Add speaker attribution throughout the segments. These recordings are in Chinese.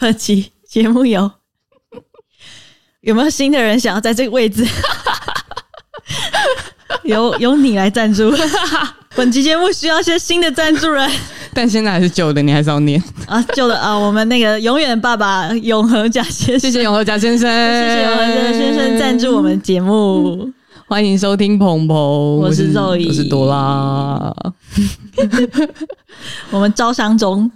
Speaker 1: 这期节目有 有没有新的人想要在这个位置？ 由由你来赞助， 本期节目需要一些新的赞助人
Speaker 2: 但现在还是旧的，你还是要念。
Speaker 1: 啊！旧的啊，我们那个永远爸爸永恒贾先生，
Speaker 2: 谢谢永和贾先生，
Speaker 1: 谢谢永恒贾先生赞助我们节目。
Speaker 2: 欢迎收听鹏鹏，我
Speaker 1: 是肉姨
Speaker 2: 我是朵拉。
Speaker 1: 我们招商中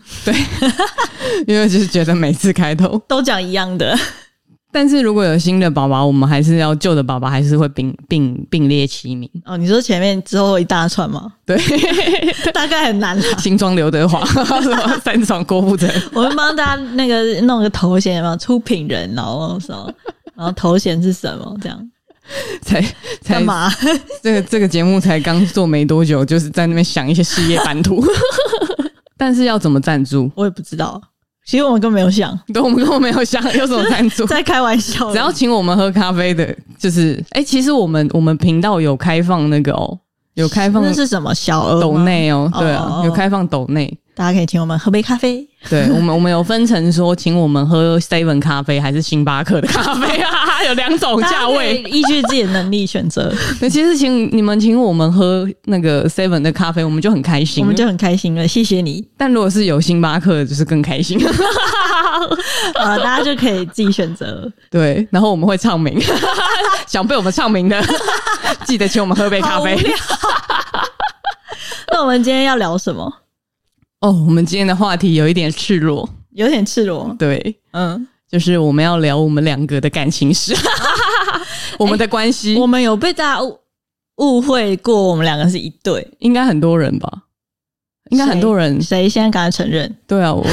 Speaker 2: 因为就是觉得每次开头，
Speaker 1: 都讲一样的，
Speaker 2: 但是如果有新的宝宝，我们还是要旧的宝宝还是会并并并列其名。
Speaker 1: 哦，你说前面之后一大串吗？
Speaker 2: 对，
Speaker 1: 大概很难啦。
Speaker 2: 新装刘德华， 什么三床郭富城，
Speaker 1: 我们帮大家那个弄个头衔嘛，出品人，然后什么，然后头衔是什么？这样
Speaker 2: 才才
Speaker 1: 干嘛？
Speaker 2: 这个这个节目才刚做没多久，就是在那边想一些事业版图， 但是要怎么赞 助？
Speaker 1: 我也不知道。其实我们根本没有想，
Speaker 2: 对，我们根本没有想有什么赞助，
Speaker 1: 在开玩笑。
Speaker 2: 只要请我们喝咖啡的，就是哎、其实我们我们频道有开放那个哦，有开放
Speaker 1: 那是什么小额吗
Speaker 2: 抖，内哦，
Speaker 1: 哦
Speaker 2: 对
Speaker 1: 哦
Speaker 2: 啊
Speaker 1: 哦，
Speaker 2: 有开放抖内。
Speaker 1: 大家可以请我们喝杯咖啡。
Speaker 2: 对我们，我们有分成说，请我们喝 Seven 咖啡还是星巴克的咖啡啊， 有两种价
Speaker 1: 大家
Speaker 2: 位。
Speaker 1: 可以依据自己的能力选择，
Speaker 2: 对，其实请你们请我们喝那个 Seven 的咖啡，我们就很开心。
Speaker 1: 我们就很开心了。谢谢你，
Speaker 2: 但如果是有星巴克的，就是更 开心。
Speaker 1: 好了，大家就可以自己选择。
Speaker 2: 对，然后我们会唱名， 想被我们唱名的， 记得请我们喝杯咖啡
Speaker 1: 好无。 聊那我们今天要聊什么？
Speaker 2: 哦，我们今天的话题有一点赤裸，
Speaker 1: 有点赤裸吗，
Speaker 2: 对，
Speaker 1: 嗯，
Speaker 2: 就是我们要聊我们两个的感情史， 我们的关系，
Speaker 1: 哎我们有被大家误误会过，我们两个是一对，
Speaker 2: 应该很多人吧，应该很多人
Speaker 1: 谁现在敢承认？
Speaker 2: 对啊，我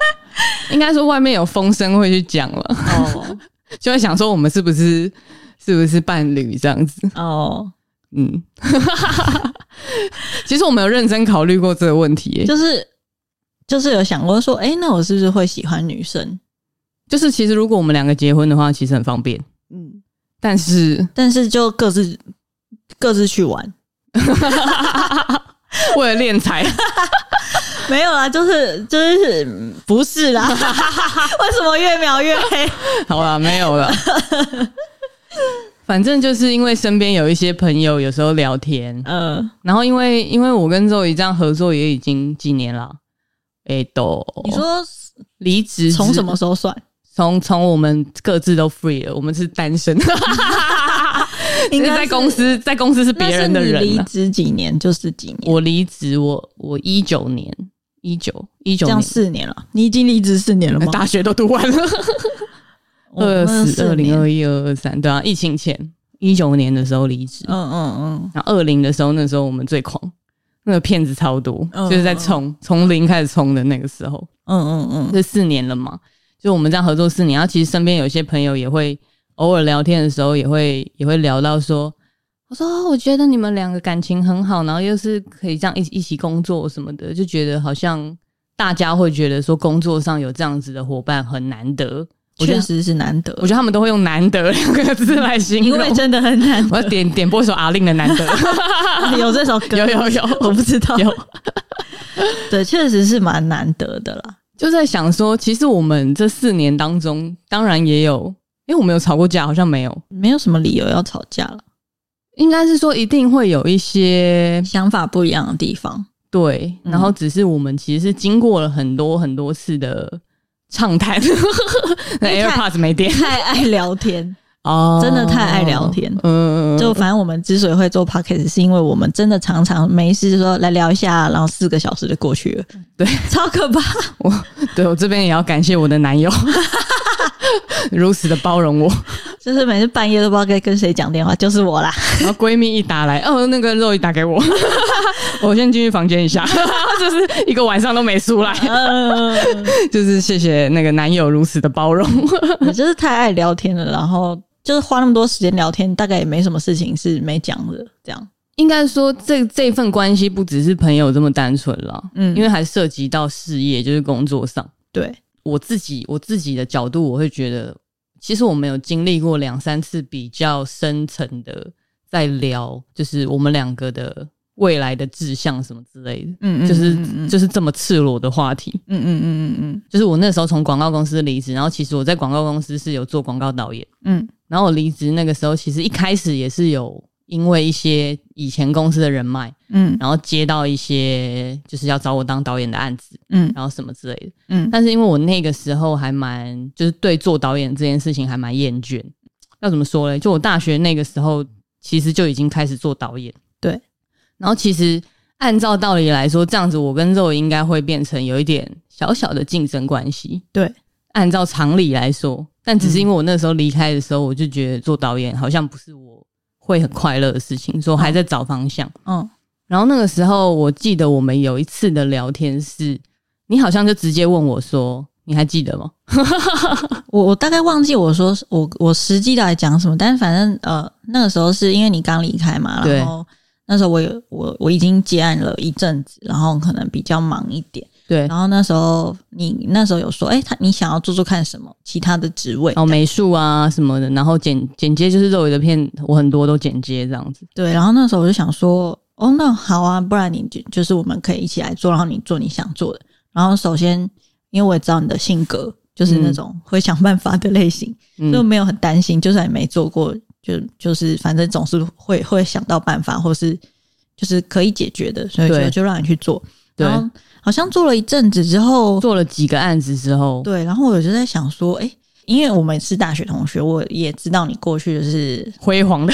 Speaker 2: 应该说外面有风声会去讲了，
Speaker 1: 哦
Speaker 2: 就会想说我们是不是是不是伴侣这样子？
Speaker 1: 哦，
Speaker 2: 嗯， 其实我们有认真考虑过这个问题耶、
Speaker 1: 就是就是有想过说，哎、那我是不是会喜欢女生？
Speaker 2: 就是其实如果我们两个结婚的话，其实很方便，
Speaker 1: 嗯，
Speaker 2: 但是
Speaker 1: 但是就各自各自去玩，
Speaker 2: 为了敛财，
Speaker 1: 没有啦，就是就是嗯不是 啦？为什么越描越黑？
Speaker 2: 好啦，没有了。 反正就是因为身边有一些朋友，有时候聊天，
Speaker 1: 呃，
Speaker 2: 然后因为因为我跟周怡这样合作也已经几年了，哎、都
Speaker 1: 你说
Speaker 2: 离职之
Speaker 1: 从什么时候算？
Speaker 2: 从从我们各自都 free 了，我们是 单身，
Speaker 1: 应
Speaker 2: 因为
Speaker 1: 该
Speaker 2: 在
Speaker 1: 是
Speaker 2: 公司，在公司是别人的
Speaker 1: 那是你
Speaker 2: 人、
Speaker 1: 离
Speaker 2: 啊。
Speaker 1: 职几年就是几年，
Speaker 2: 我离职，我我一九年，一九一九
Speaker 1: 这样
Speaker 2: 年
Speaker 1: 四年了。你已经离职四年了吗？
Speaker 2: 呃大学都读完了，
Speaker 1: 我
Speaker 2: 二
Speaker 1: 那
Speaker 2: 十
Speaker 1: 四
Speaker 2: 二零
Speaker 1: 年
Speaker 2: 二一二二三，对啊，疫情前一九年的时候离职，
Speaker 1: 嗯嗯嗯，
Speaker 2: 然后二零的时候那时候我们最狂，那个骗子超多，
Speaker 1: 嗯
Speaker 2: 就是在冲从零开始冲的那个时候，
Speaker 1: 嗯嗯嗯，
Speaker 2: 这四年了嘛，就我们这样合作四年，然后其实身边有一些朋友也会偶尔聊天的时候，也会也会聊到说，我说、哦我觉得你们两个感情很好，然后又是可以这样一起一起工作什么的，就觉得好像大家会觉得说工作上有这样子的伙伴很难得。我觉
Speaker 1: 确
Speaker 2: 得，
Speaker 1: 实是难得
Speaker 2: 我，觉得他们都会用“难得”两个字来形
Speaker 1: 因
Speaker 2: 容
Speaker 1: 为。真的很 难
Speaker 2: 我要点点播一首阿令的《难 得》
Speaker 1: 得有这首歌，
Speaker 2: 有有有
Speaker 1: 我不知道，
Speaker 2: 有，
Speaker 1: 对，确实是蛮难得的啦。
Speaker 2: 就在想说，其实我们这四年当中，当然也有，因为我们有吵过架，好像没有，
Speaker 1: 没有什么理由要吵架了，
Speaker 2: 应该是说一定会有一些
Speaker 1: 想法不一样的地方，
Speaker 2: 对，
Speaker 1: 嗯
Speaker 2: 然后只是我们其实是经过了很多很多次的 畅谈，那
Speaker 1: 因为太
Speaker 2: AirPods 没 电
Speaker 1: 太爱聊天。哦
Speaker 2: 哦
Speaker 1: 真的太爱聊天
Speaker 2: 嗯，
Speaker 1: 就反正我们之所以会做 podcast，是因为我们真的常常没事就说来聊一下，然后四个小时就过去了，
Speaker 2: 对，
Speaker 1: 超可怕。
Speaker 2: 嗯对我这边也要感谢我的男友， 如此的包容我。
Speaker 1: 就是每次半夜都不知道该跟谁讲电话，就是我啦。
Speaker 2: 然后闺蜜一打来，哦，那个肉一打给我， 我先进去房间一下， 就是一个晚上都没出来，
Speaker 1: 嗯，
Speaker 2: 就是谢谢那个男友如此的包容。
Speaker 1: 我 就是太爱聊天了，然后就是花那么多时间聊天，大概也没什么事情是没讲的，这样。
Speaker 2: 应该说这这份关系不只是朋友这么单纯了，
Speaker 1: 嗯
Speaker 2: 因为还涉及到事业，就是工作上。
Speaker 1: 对，
Speaker 2: 我自己我自己的角度，我会觉得，其实我们有经历过两三次比较深层的在聊，就是我们两个的未来的志向什么之类的，
Speaker 1: 嗯
Speaker 2: 就是
Speaker 1: 嗯
Speaker 2: 就是这么赤裸的话题。
Speaker 1: 嗯嗯嗯
Speaker 2: 就是我那时候从广告公司离职，然后其实我在广告公司是有做广告导演，
Speaker 1: 嗯
Speaker 2: 然后我离职那个时候，其实一开始也是有因为一些以前公司的人脉，
Speaker 1: 嗯
Speaker 2: 然后接到一些就是要找我当导演的案子，
Speaker 1: 嗯
Speaker 2: 然后什么之类的。
Speaker 1: 嗯
Speaker 2: 但是因为我那个时候还蛮，就是对做导演这件事情还蛮厌倦。要怎么说嘞？就我大学那个时候，其实就已经开始做导演。
Speaker 1: 对，
Speaker 2: 然后其实按照道理来说，这样子我跟肉应该会变成有一点小小的竞争关系。
Speaker 1: 对，
Speaker 2: 按照常理来说，但只是因为我那时候离开的时候，我就觉得做导演好像不是我会很快乐的事情，所以我还在找方向。
Speaker 1: 嗯
Speaker 2: 然后那个时候，我记得我们有一次的聊天是，你好像就直接问我说：“你还记得吗
Speaker 1: 我我大概忘记我说我我实际到底讲什么，但是反正呃那个时候是因为你刚离开嘛，
Speaker 2: 对
Speaker 1: 然后那时候我有我我已经接案了一阵子，然后可能比较忙一点，？”
Speaker 2: 对，
Speaker 1: 然后那时候你那时候有说，哎、他你想要做做看什么其他的职位，
Speaker 2: 哦，美术啊什么的，然后剪剪接就是肉鱼的片，我很多都剪接这样子。
Speaker 1: 对，然后那时候我就想说，哦，那好啊，不然你就就是我们可以一起来做，然后你做你想做的。然后首先，因为我也知道你的性格就是那种会想办法的类型，
Speaker 2: 嗯
Speaker 1: 所以我没有很担心，就算你没做过，就就是反正总是会会想到办法，或是就是可以解决的，所以就
Speaker 2: 对
Speaker 1: 就让你去做。
Speaker 2: 对
Speaker 1: 然后好像做了一阵子之后，
Speaker 2: 做了几个案子之后，
Speaker 1: 对，然后我就在想说，哎、因为我们是大学同学，我也知道你过去就是
Speaker 2: 辉 煌的，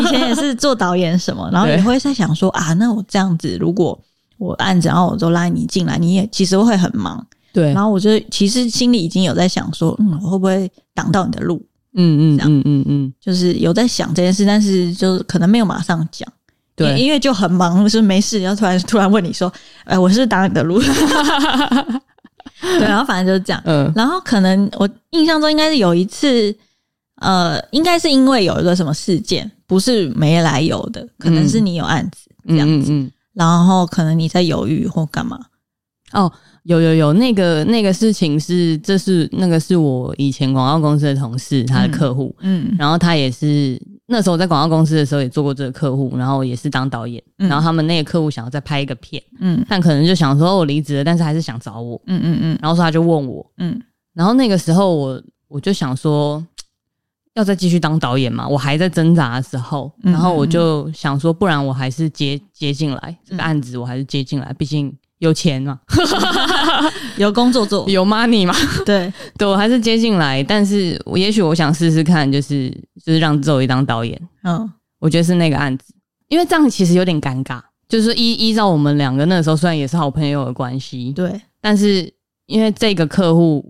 Speaker 1: 以前也是做导演什么，然后
Speaker 2: 对
Speaker 1: 也会在想说啊，那我这样子，如果我案子，然后我都拉你进来，你也其实会很忙。
Speaker 2: 对，
Speaker 1: 然后我就其实心里已经有在想说，嗯，我会不会挡到你的路？
Speaker 2: 嗯嗯
Speaker 1: 这样
Speaker 2: 嗯嗯嗯，
Speaker 1: 就是有在想这件事，但是就是可能没有马上讲，因
Speaker 2: 对，
Speaker 1: 因为就很忙，就是没事，然后突然突然问你说，哎、我是不是挡你的路？ 对，然后反正就是这样。
Speaker 2: 嗯，
Speaker 1: 然后可能我印象中应该是有一次，呃，应该是因为有一个什么事件，不是没来由的，可能是你有案子、这样
Speaker 2: 嗯嗯嗯
Speaker 1: 子，
Speaker 2: 嗯，
Speaker 1: 然后可能你在犹豫或干嘛。
Speaker 2: 哦，有有有，那个那个事情是，这是那个是我以前广告公司的同事，他的客户，
Speaker 1: 嗯
Speaker 2: 然后他也是那时候我在广告公司的时候也做过这个客户，然后也是当导演，
Speaker 1: 嗯
Speaker 2: 然后他们那个客户想要再拍一个片，
Speaker 1: 嗯
Speaker 2: 但可能就想说哦我离职了，但是还是想找我，
Speaker 1: 嗯嗯嗯
Speaker 2: 然后说他就问我，
Speaker 1: 嗯
Speaker 2: 然后那个时候我我就想说。要再继续当导演嘛？我还在挣扎的时候，
Speaker 1: 嗯
Speaker 2: 然后我就想说，不然我还是接接进来这个
Speaker 1: 嗯
Speaker 2: 案子，我还是接进来，毕竟有 钱嘛，
Speaker 1: 有工作做，
Speaker 2: 有 money 嘛，
Speaker 1: 对，
Speaker 2: 对我还是接进来。但是我也许我想试试看，就是就是让周一当导演，
Speaker 1: 嗯
Speaker 2: 我觉得是那个案子，因为这样其实有点尴尬。就是说依依照我们两个那时候虽然也是好朋友的关系，
Speaker 1: 对，
Speaker 2: 但是因为这个客户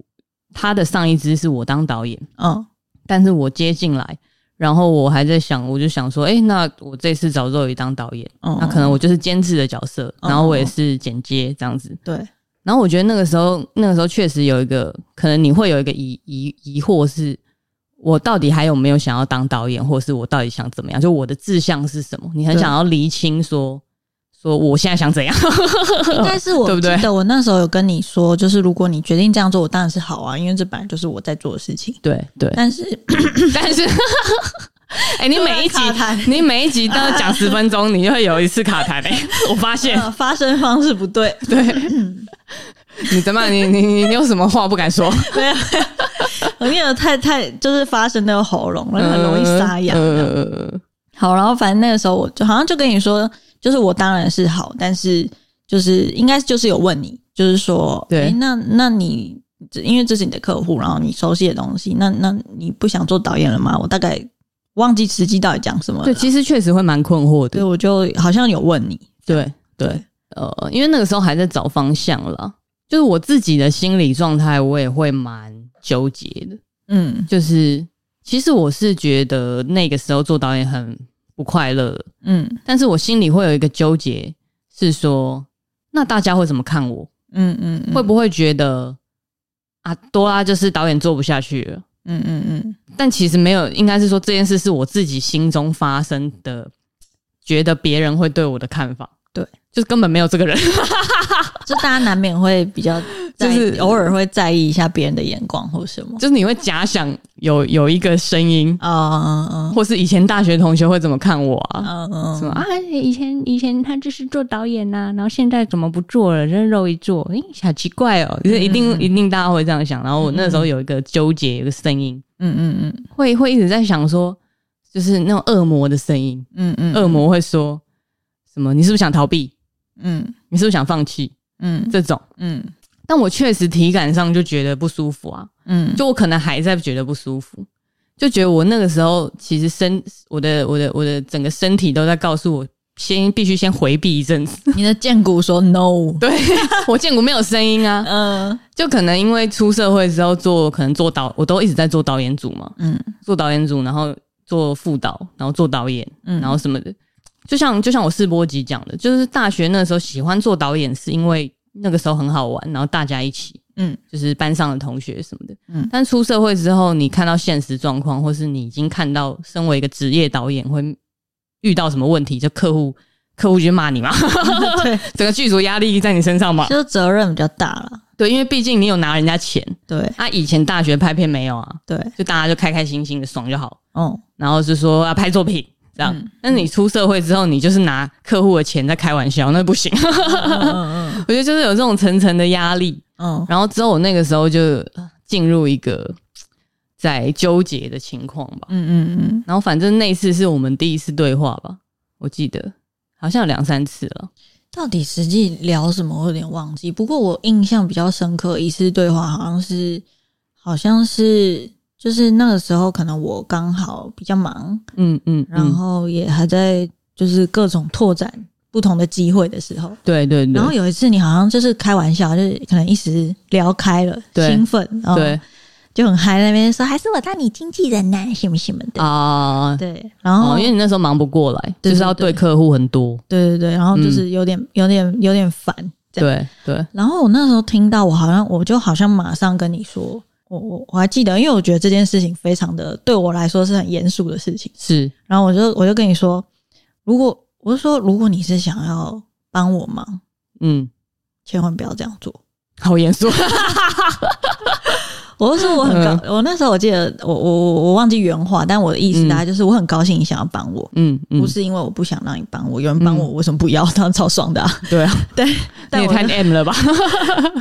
Speaker 2: 他的上一支是我当导演，
Speaker 1: 嗯
Speaker 2: 但是我接进来，然后我还在想，我就想说，哎、那我这次找肉鱼当导演，
Speaker 1: 嗯，
Speaker 2: 那可能我就是监制的角色，
Speaker 1: 嗯
Speaker 2: 然后我也是剪接这样子。
Speaker 1: 对，
Speaker 2: 然后我觉得那个时候，那个时候确实有一个可能你会有一个疑疑疑惑是，我到底还有没有想要当导演，或是我到底想怎么样？就我的志向是什么？你很
Speaker 1: 对
Speaker 2: 想要厘清说，说我现在 想怎样？
Speaker 1: 应该是我
Speaker 2: 呃对不对
Speaker 1: 记得我那时候有跟你说，就是如果你决定这样做，我当然是好啊，因为这本来就是我在做的事情。
Speaker 2: 对对，
Speaker 1: 但是
Speaker 2: 但是， 哎、你每一集
Speaker 1: 突然卡痰
Speaker 2: 你每一集都要讲十分钟，你就会有一次卡痰哎、 我发现，
Speaker 1: 呃发生方式不对，
Speaker 2: 对，你怎么样？你你你你有什么话不敢说？
Speaker 1: 没有， 我念的太太就是发声的喉咙，然后很容易
Speaker 2: 呃
Speaker 1: 沙哑。
Speaker 2: 嗯
Speaker 1: 好，然后反正那个时候我就好像就跟你说，就是我当然是好，但是就是应该就是有问你，就是说，
Speaker 2: 对
Speaker 1: 诶那那你因为这是你的客户，然后你熟悉的东西，那那你不想做导演了吗？我大概忘记实际到底讲什么了
Speaker 2: 对，，其实确实会蛮困惑的
Speaker 1: 对，。我就好像有问你，
Speaker 2: 对对
Speaker 1: 对，
Speaker 2: 呃，因为那个时候还在找方向啦，就是我自己的心理状态，我也会蛮纠结的。
Speaker 1: 嗯
Speaker 2: 就是其实我是觉得那个时候做导演很不快乐的，
Speaker 1: 嗯
Speaker 2: 但是我心里会有一个纠结，是说那大家会怎么看我？
Speaker 1: 嗯嗯，嗯
Speaker 2: 会不会觉得啊，多拉就是导演做不下去了？
Speaker 1: 嗯嗯嗯
Speaker 2: 但其实没有，应该是说这件事是我自己心中发生的，觉得别人会对我的看法。
Speaker 1: 对，
Speaker 2: 就是根本没有这个人，
Speaker 1: 就大家难免会比较在意，
Speaker 2: 就是
Speaker 1: 偶尔会在意一下别人的眼光或什么。
Speaker 2: 就是你会假想有有一个声音，
Speaker 1: 啊嗯
Speaker 2: 或是以前大学同学会怎么看我啊？
Speaker 1: 嗯
Speaker 2: 什么
Speaker 1: 嗯
Speaker 2: 啊？以前以前他就是做导演呐、然后现在怎么不做了？这肉一做，诶、好奇怪哦！就是一定、一定大家会这样想。然后我那时候有一个纠结，有一个声音，
Speaker 1: 嗯嗯
Speaker 2: 会会一直在想说，就是那种恶魔的声音，
Speaker 1: 嗯嗯
Speaker 2: 恶魔会说什么？你是不是想逃避？
Speaker 1: 嗯
Speaker 2: 你是不是想放弃？
Speaker 1: 嗯
Speaker 2: 这种。
Speaker 1: 嗯
Speaker 2: 但我确实体感上就觉得不舒服啊，
Speaker 1: 嗯，
Speaker 2: 就我可能还在觉得不舒服，就觉得我那个时候其实身我的我的我的整个身体都在告诉我，先必须先回避一阵子。
Speaker 1: 你的剑骨说 no，
Speaker 2: 对我见过没有声音啊，
Speaker 1: 嗯
Speaker 2: 就可能因为出社会之后做，可能做导，我都一直在做导演组嘛，
Speaker 1: 嗯
Speaker 2: 做导演组，然后做副导，然后做导演，
Speaker 1: 嗯，
Speaker 2: 然后什么的。就像就像我试播集讲的，就是大学那时候喜欢做导演，是因为那个时候很好玩，然后大家一起，
Speaker 1: 嗯，
Speaker 2: 就是班上的同学什么的，
Speaker 1: 嗯
Speaker 2: 但出社会之后，你看到现实状况，或是你已经看到身为一个职业导演会遇到什么问题，就客户客户就骂你嘛，
Speaker 1: 对，
Speaker 2: 整个剧组压力在你身上嘛，
Speaker 1: 就责任比较大了，
Speaker 2: 对，因为毕竟你有拿人家钱，
Speaker 1: 对
Speaker 2: 啊，以前大学拍片没有啊，
Speaker 1: 对，
Speaker 2: 就大家就开开心心的爽就好，
Speaker 1: 哦
Speaker 2: 然后是说啊拍作品这样
Speaker 1: 嗯。
Speaker 2: 那、你出社会之后，你就是拿客户的钱在开玩笑，那不行。
Speaker 1: 嗯嗯嗯
Speaker 2: 我觉得就是有这种层层的压力，
Speaker 1: 嗯
Speaker 2: 然后之后我那个时候就呃进入一个在纠结的情况吧。
Speaker 1: 嗯嗯嗯，
Speaker 2: 然后反正那一次是我们第一次对话吧，我记得好像有两三次了。
Speaker 1: 到底实际聊什么，我有点忘记。不过我印象比较深刻一次对话，好像是好像是就是那个时候，可能我刚好比较忙，
Speaker 2: 嗯嗯，嗯
Speaker 1: 然后也还在就是各种拓展不同的机会的时候。
Speaker 2: 对对对，
Speaker 1: 然后有一次，你好像就是开玩笑，就是可能一时聊开了，
Speaker 2: 对
Speaker 1: 兴奋，然后
Speaker 2: 对
Speaker 1: 就很嗨，那边说还是我当你经纪人呐、什么什么的。
Speaker 2: 啊。
Speaker 1: 对，然后、
Speaker 2: 哦，因为你那时候忙不过来，
Speaker 1: 对
Speaker 2: 就是要
Speaker 1: 对
Speaker 2: 对
Speaker 1: 对
Speaker 2: 客户很多，
Speaker 1: 对对对，然后
Speaker 2: 嗯
Speaker 1: 就是有点、有点有点烦，这
Speaker 2: 对对，
Speaker 1: 然后我那时候听到，我好像我就好像马上跟你说，我我我还记得，因为我觉得这件事情非常的对我来说是很严肃的事情。
Speaker 2: 是，
Speaker 1: 然后我就我就跟你说，如果我就说如果你是想要帮我忙，
Speaker 2: 嗯，
Speaker 1: 千万不要这样做。
Speaker 2: 好严肃，
Speaker 1: 我就说我很高，
Speaker 2: 嗯
Speaker 1: 我那时候我记得我我我我忘记原话，但我的意思大概就是我很高兴你想要帮我。
Speaker 2: 嗯嗯
Speaker 1: 不，是因为我不想让你帮我，有人帮我，
Speaker 2: 嗯
Speaker 1: 我为什么不要？ 当然超爽的、啊。
Speaker 2: 对啊，
Speaker 1: 但
Speaker 2: 你也
Speaker 1: 我
Speaker 2: 太 M 了吧？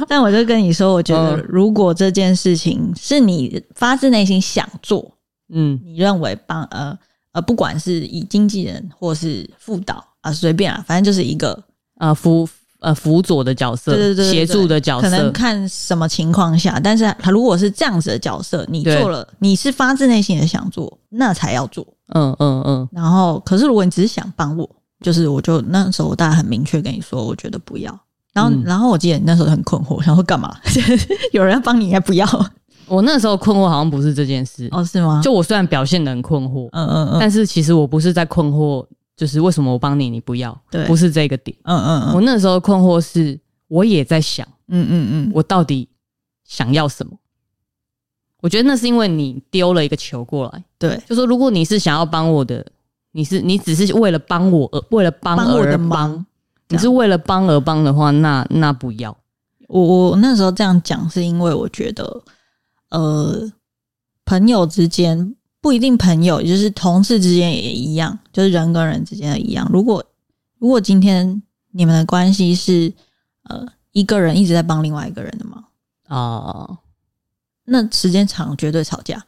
Speaker 1: 但我就跟你说，我觉得
Speaker 2: 嗯
Speaker 1: 如果这件事情是你发自内心想做，
Speaker 2: 嗯
Speaker 1: 你认为帮呃呃，不管是以经纪人或是辅导啊，随便啊，反正就是一个
Speaker 2: 啊，辅呃辅佐的角色，
Speaker 1: 对对对对
Speaker 2: 协助的角
Speaker 1: 可能
Speaker 2: 色，
Speaker 1: 看什么情况下，但是他如果是这样子的角色，你
Speaker 2: 对
Speaker 1: 做了，你是发自内心的想做，那才要做。
Speaker 2: 嗯嗯嗯，
Speaker 1: 然后，可是如果你只是想帮我，就是我就那时候我大家很明确跟你说，我觉得不要。然后，
Speaker 2: 嗯
Speaker 1: 然后我记得你那时候很困惑，想说干嘛？ 有人要帮你，应该不要
Speaker 2: 我那时候困惑好像不是这件事，
Speaker 1: 哦？是吗？
Speaker 2: 就我虽然表现的很困惑，
Speaker 1: 嗯嗯嗯
Speaker 2: 但是其实我不是在困惑，就是为什么我帮你你不要，
Speaker 1: 对
Speaker 2: 不是这个点，
Speaker 1: 嗯嗯
Speaker 2: 我
Speaker 1: 嗯
Speaker 2: 那时候困惑是，我也在想。
Speaker 1: 嗯嗯嗯
Speaker 2: 我到底想要什么？我觉得那是因为你丢了一个球过来，
Speaker 1: 对，
Speaker 2: 就说如果你是想要帮我的，你是你只是为了帮我而为了帮
Speaker 1: 帮我
Speaker 2: 而
Speaker 1: 的
Speaker 2: 帮，
Speaker 1: 忙。
Speaker 2: 你是为了帮而帮的话，那那不要。
Speaker 1: 我我那时候这样讲，是因为我觉得，呃，朋友之间不一定朋友，就是同事之间也一样，就是人跟人之间的一样。如果如果今天你们的关系是呃一个人一直在帮另外一个人的忙，
Speaker 2: 啊、
Speaker 1: 哦那时间长了绝对吵架。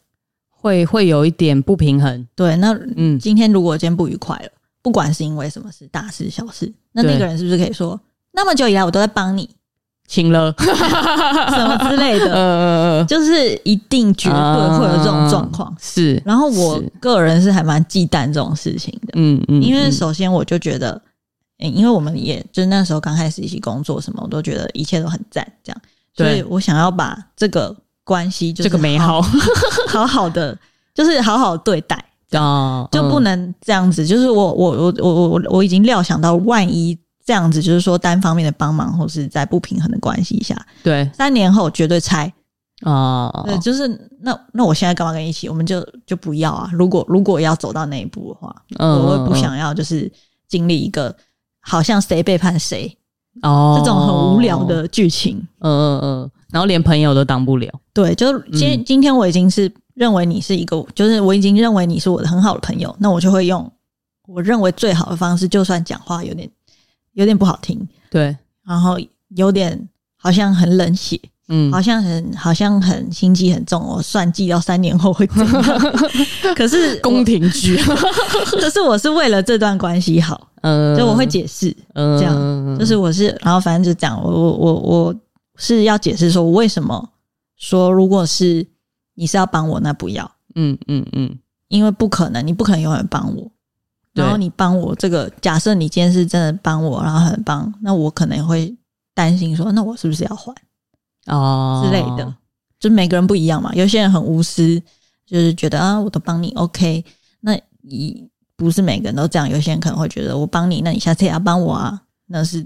Speaker 2: 会会有一点不平衡。
Speaker 1: 对，那
Speaker 2: 嗯，
Speaker 1: 今天如果今天不愉快了，不管是因为什么事，大事小事，那那
Speaker 2: 对
Speaker 1: 个人是不是可以说那么久以来我都在帮你
Speaker 2: 请了，
Speaker 1: 什
Speaker 2: 什
Speaker 1: 么之类的？
Speaker 2: 呃，
Speaker 1: 就是一定绝对会有这种状况
Speaker 2: 啊。是，
Speaker 1: 然后我
Speaker 2: 是
Speaker 1: 个人是还蛮忌惮这种事情的，
Speaker 2: 嗯嗯，
Speaker 1: 因为
Speaker 2: 嗯
Speaker 1: 首先我就觉得，诶因为我们也就是那时候刚开始一起工作什么，我都觉得一切都很赞，这样，
Speaker 2: 对
Speaker 1: 所以我想要把这个关系就是
Speaker 2: 这个美好
Speaker 1: 好好的，就是好好对待，
Speaker 2: 啊，
Speaker 1: 就不能这样子。就是我我我我我我我已经料想到，万一这样子，就是说单方面的帮忙，或是在不平衡的关系下，
Speaker 2: 嗯对
Speaker 1: 三年后绝对拆，
Speaker 2: 啊，
Speaker 1: 对，就是那那我现在干嘛跟你一起？我们就就不要啊！如果如果要走到那一步的话，
Speaker 2: 嗯
Speaker 1: 我会不
Speaker 2: 嗯
Speaker 1: 想要就是经历一个好像谁背叛谁
Speaker 2: 哦，
Speaker 1: 这种很无聊，的剧情。
Speaker 2: 嗯嗯嗯，然后连朋友都当不了，
Speaker 1: 对，就是今、
Speaker 2: 嗯
Speaker 1: 今天我已经是认为你是一个，就是我已经认为你是我的很好的朋友，那我就会用我认为最好的方式，就算讲话有点有点不好听，
Speaker 2: 对，
Speaker 1: 然后有点好像很冷血，
Speaker 2: 嗯，
Speaker 1: 好像很好像很心机很重，我算计到三年后会怎 样？可是我
Speaker 2: 宫，廷剧，
Speaker 1: 可是我是为 了这段关系好，
Speaker 2: 嗯，
Speaker 1: 所以我会解释，
Speaker 2: 这
Speaker 1: 这样
Speaker 2: 嗯
Speaker 1: 就是我是，然后反正就讲我我我我是要解释说我为什么说如果是你是要帮我，那不要，
Speaker 2: 嗯嗯嗯，
Speaker 1: 因为不可能，你不可能永远帮我。
Speaker 2: 对
Speaker 1: 然后你帮我这个，假设你今天是真的帮我，然后很帮，那我可能会担心说，那我是不是要还？
Speaker 2: 哦
Speaker 1: 之类的，就每个人不一样嘛。有些人很无私，就是觉得啊，我都帮你，OK。那一不是每个人都这样，有些人可能会觉得我帮你，那你下次也要帮我啊。那是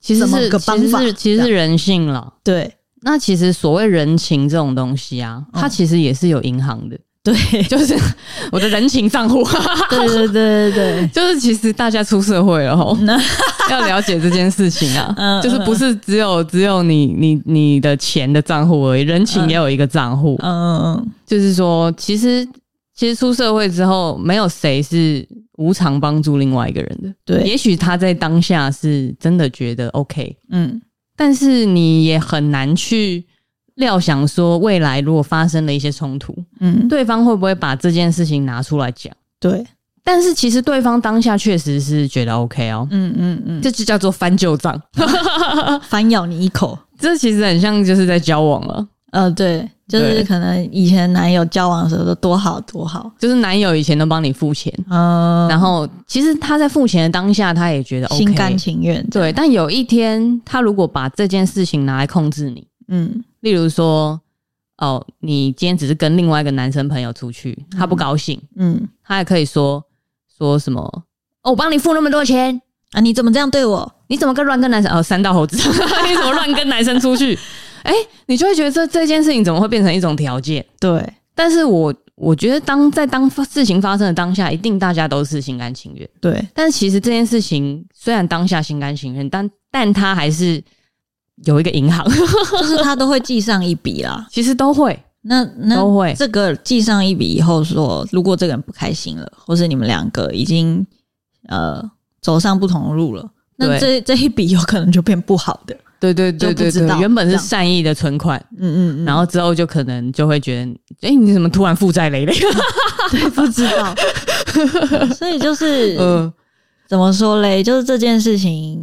Speaker 2: 其实
Speaker 1: 怎么
Speaker 2: 是
Speaker 1: 个
Speaker 2: 其
Speaker 1: 帮
Speaker 2: 实
Speaker 1: 法
Speaker 2: 是其实
Speaker 1: 这
Speaker 2: 是人性了。
Speaker 1: 对
Speaker 2: 那其实所谓人情这种东西啊，
Speaker 1: 嗯
Speaker 2: 它其实也是有银行的，
Speaker 1: 对
Speaker 2: 就是我的人情账户，
Speaker 1: 对对对对对，
Speaker 2: 就是其实大家出社会了吼， 要了解这件事情啊，
Speaker 1: 嗯
Speaker 2: 就是不是只有只有你你你的钱的账户而已，人情也有一个账户，
Speaker 1: 嗯
Speaker 2: 就是说，其实其实出社会之后，没有谁是无偿帮助另外一个人的。
Speaker 1: 对
Speaker 2: 也许他在当下是真的觉得 OK，
Speaker 1: 嗯
Speaker 2: 但是你也很难去料想说，未来如果发生了一些冲突，
Speaker 1: 嗯，对
Speaker 2: 对方会不会把这件事情拿出来讲？
Speaker 1: 对，
Speaker 2: 但是其实对方当下确实是觉得 OK 哦，
Speaker 1: 嗯嗯嗯，
Speaker 2: 这就叫做翻旧账。
Speaker 1: 反咬你一口。
Speaker 2: 这其实很像就是在交往了，
Speaker 1: 呃，对，就是
Speaker 2: 对
Speaker 1: 可能以前男友交往的时候都多好多好，
Speaker 2: 就是男友以前都帮你付钱，
Speaker 1: 嗯，
Speaker 2: 然后其实他在付钱的当下，他也觉得 OK，
Speaker 1: 心甘情愿，
Speaker 2: 对，，但有一天他如果把这件事情拿来控制你，
Speaker 1: 嗯
Speaker 2: 例如说，哦，你今天只是跟另外一个男生朋友出去，他不高兴，
Speaker 1: 嗯，
Speaker 2: 他还可以说说什么？哦，我帮你付那么多钱，
Speaker 1: 啊，你怎么这样对我？
Speaker 2: 你怎么跟乱跟男生？哦，三道猴子， 你怎么乱跟男生 出去？哎、你就会觉得这这件事情怎么会变成一种条件？
Speaker 1: 对，
Speaker 2: 但是我我觉得当在当事情发生的当下，一定大家都是心甘情愿。
Speaker 1: 对，
Speaker 2: 但是其实这件事情虽然当下心甘情愿，但但他还是有一个银行，
Speaker 1: 就是他都会记上一笔啦。
Speaker 2: 其实都会
Speaker 1: 那那
Speaker 2: 都会
Speaker 1: 这个记上一笔以后说，如果这个人不开心了，或是你们两个已经呃走上不同的路了，那这这一笔有可能就变不好的。
Speaker 2: 对对
Speaker 1: 就
Speaker 2: 对
Speaker 1: 不
Speaker 2: 对
Speaker 1: 知
Speaker 2: 对，
Speaker 1: 道
Speaker 2: 原本
Speaker 1: 这
Speaker 2: 是
Speaker 1: 样
Speaker 2: 善意的存款，
Speaker 1: 嗯嗯嗯，
Speaker 2: 然后之后就可能就会觉得，哎、你怎么突然负债累累？
Speaker 1: 不知 道，呃所以就是、
Speaker 2: 嗯
Speaker 1: 怎么说嘞？就是这件事情，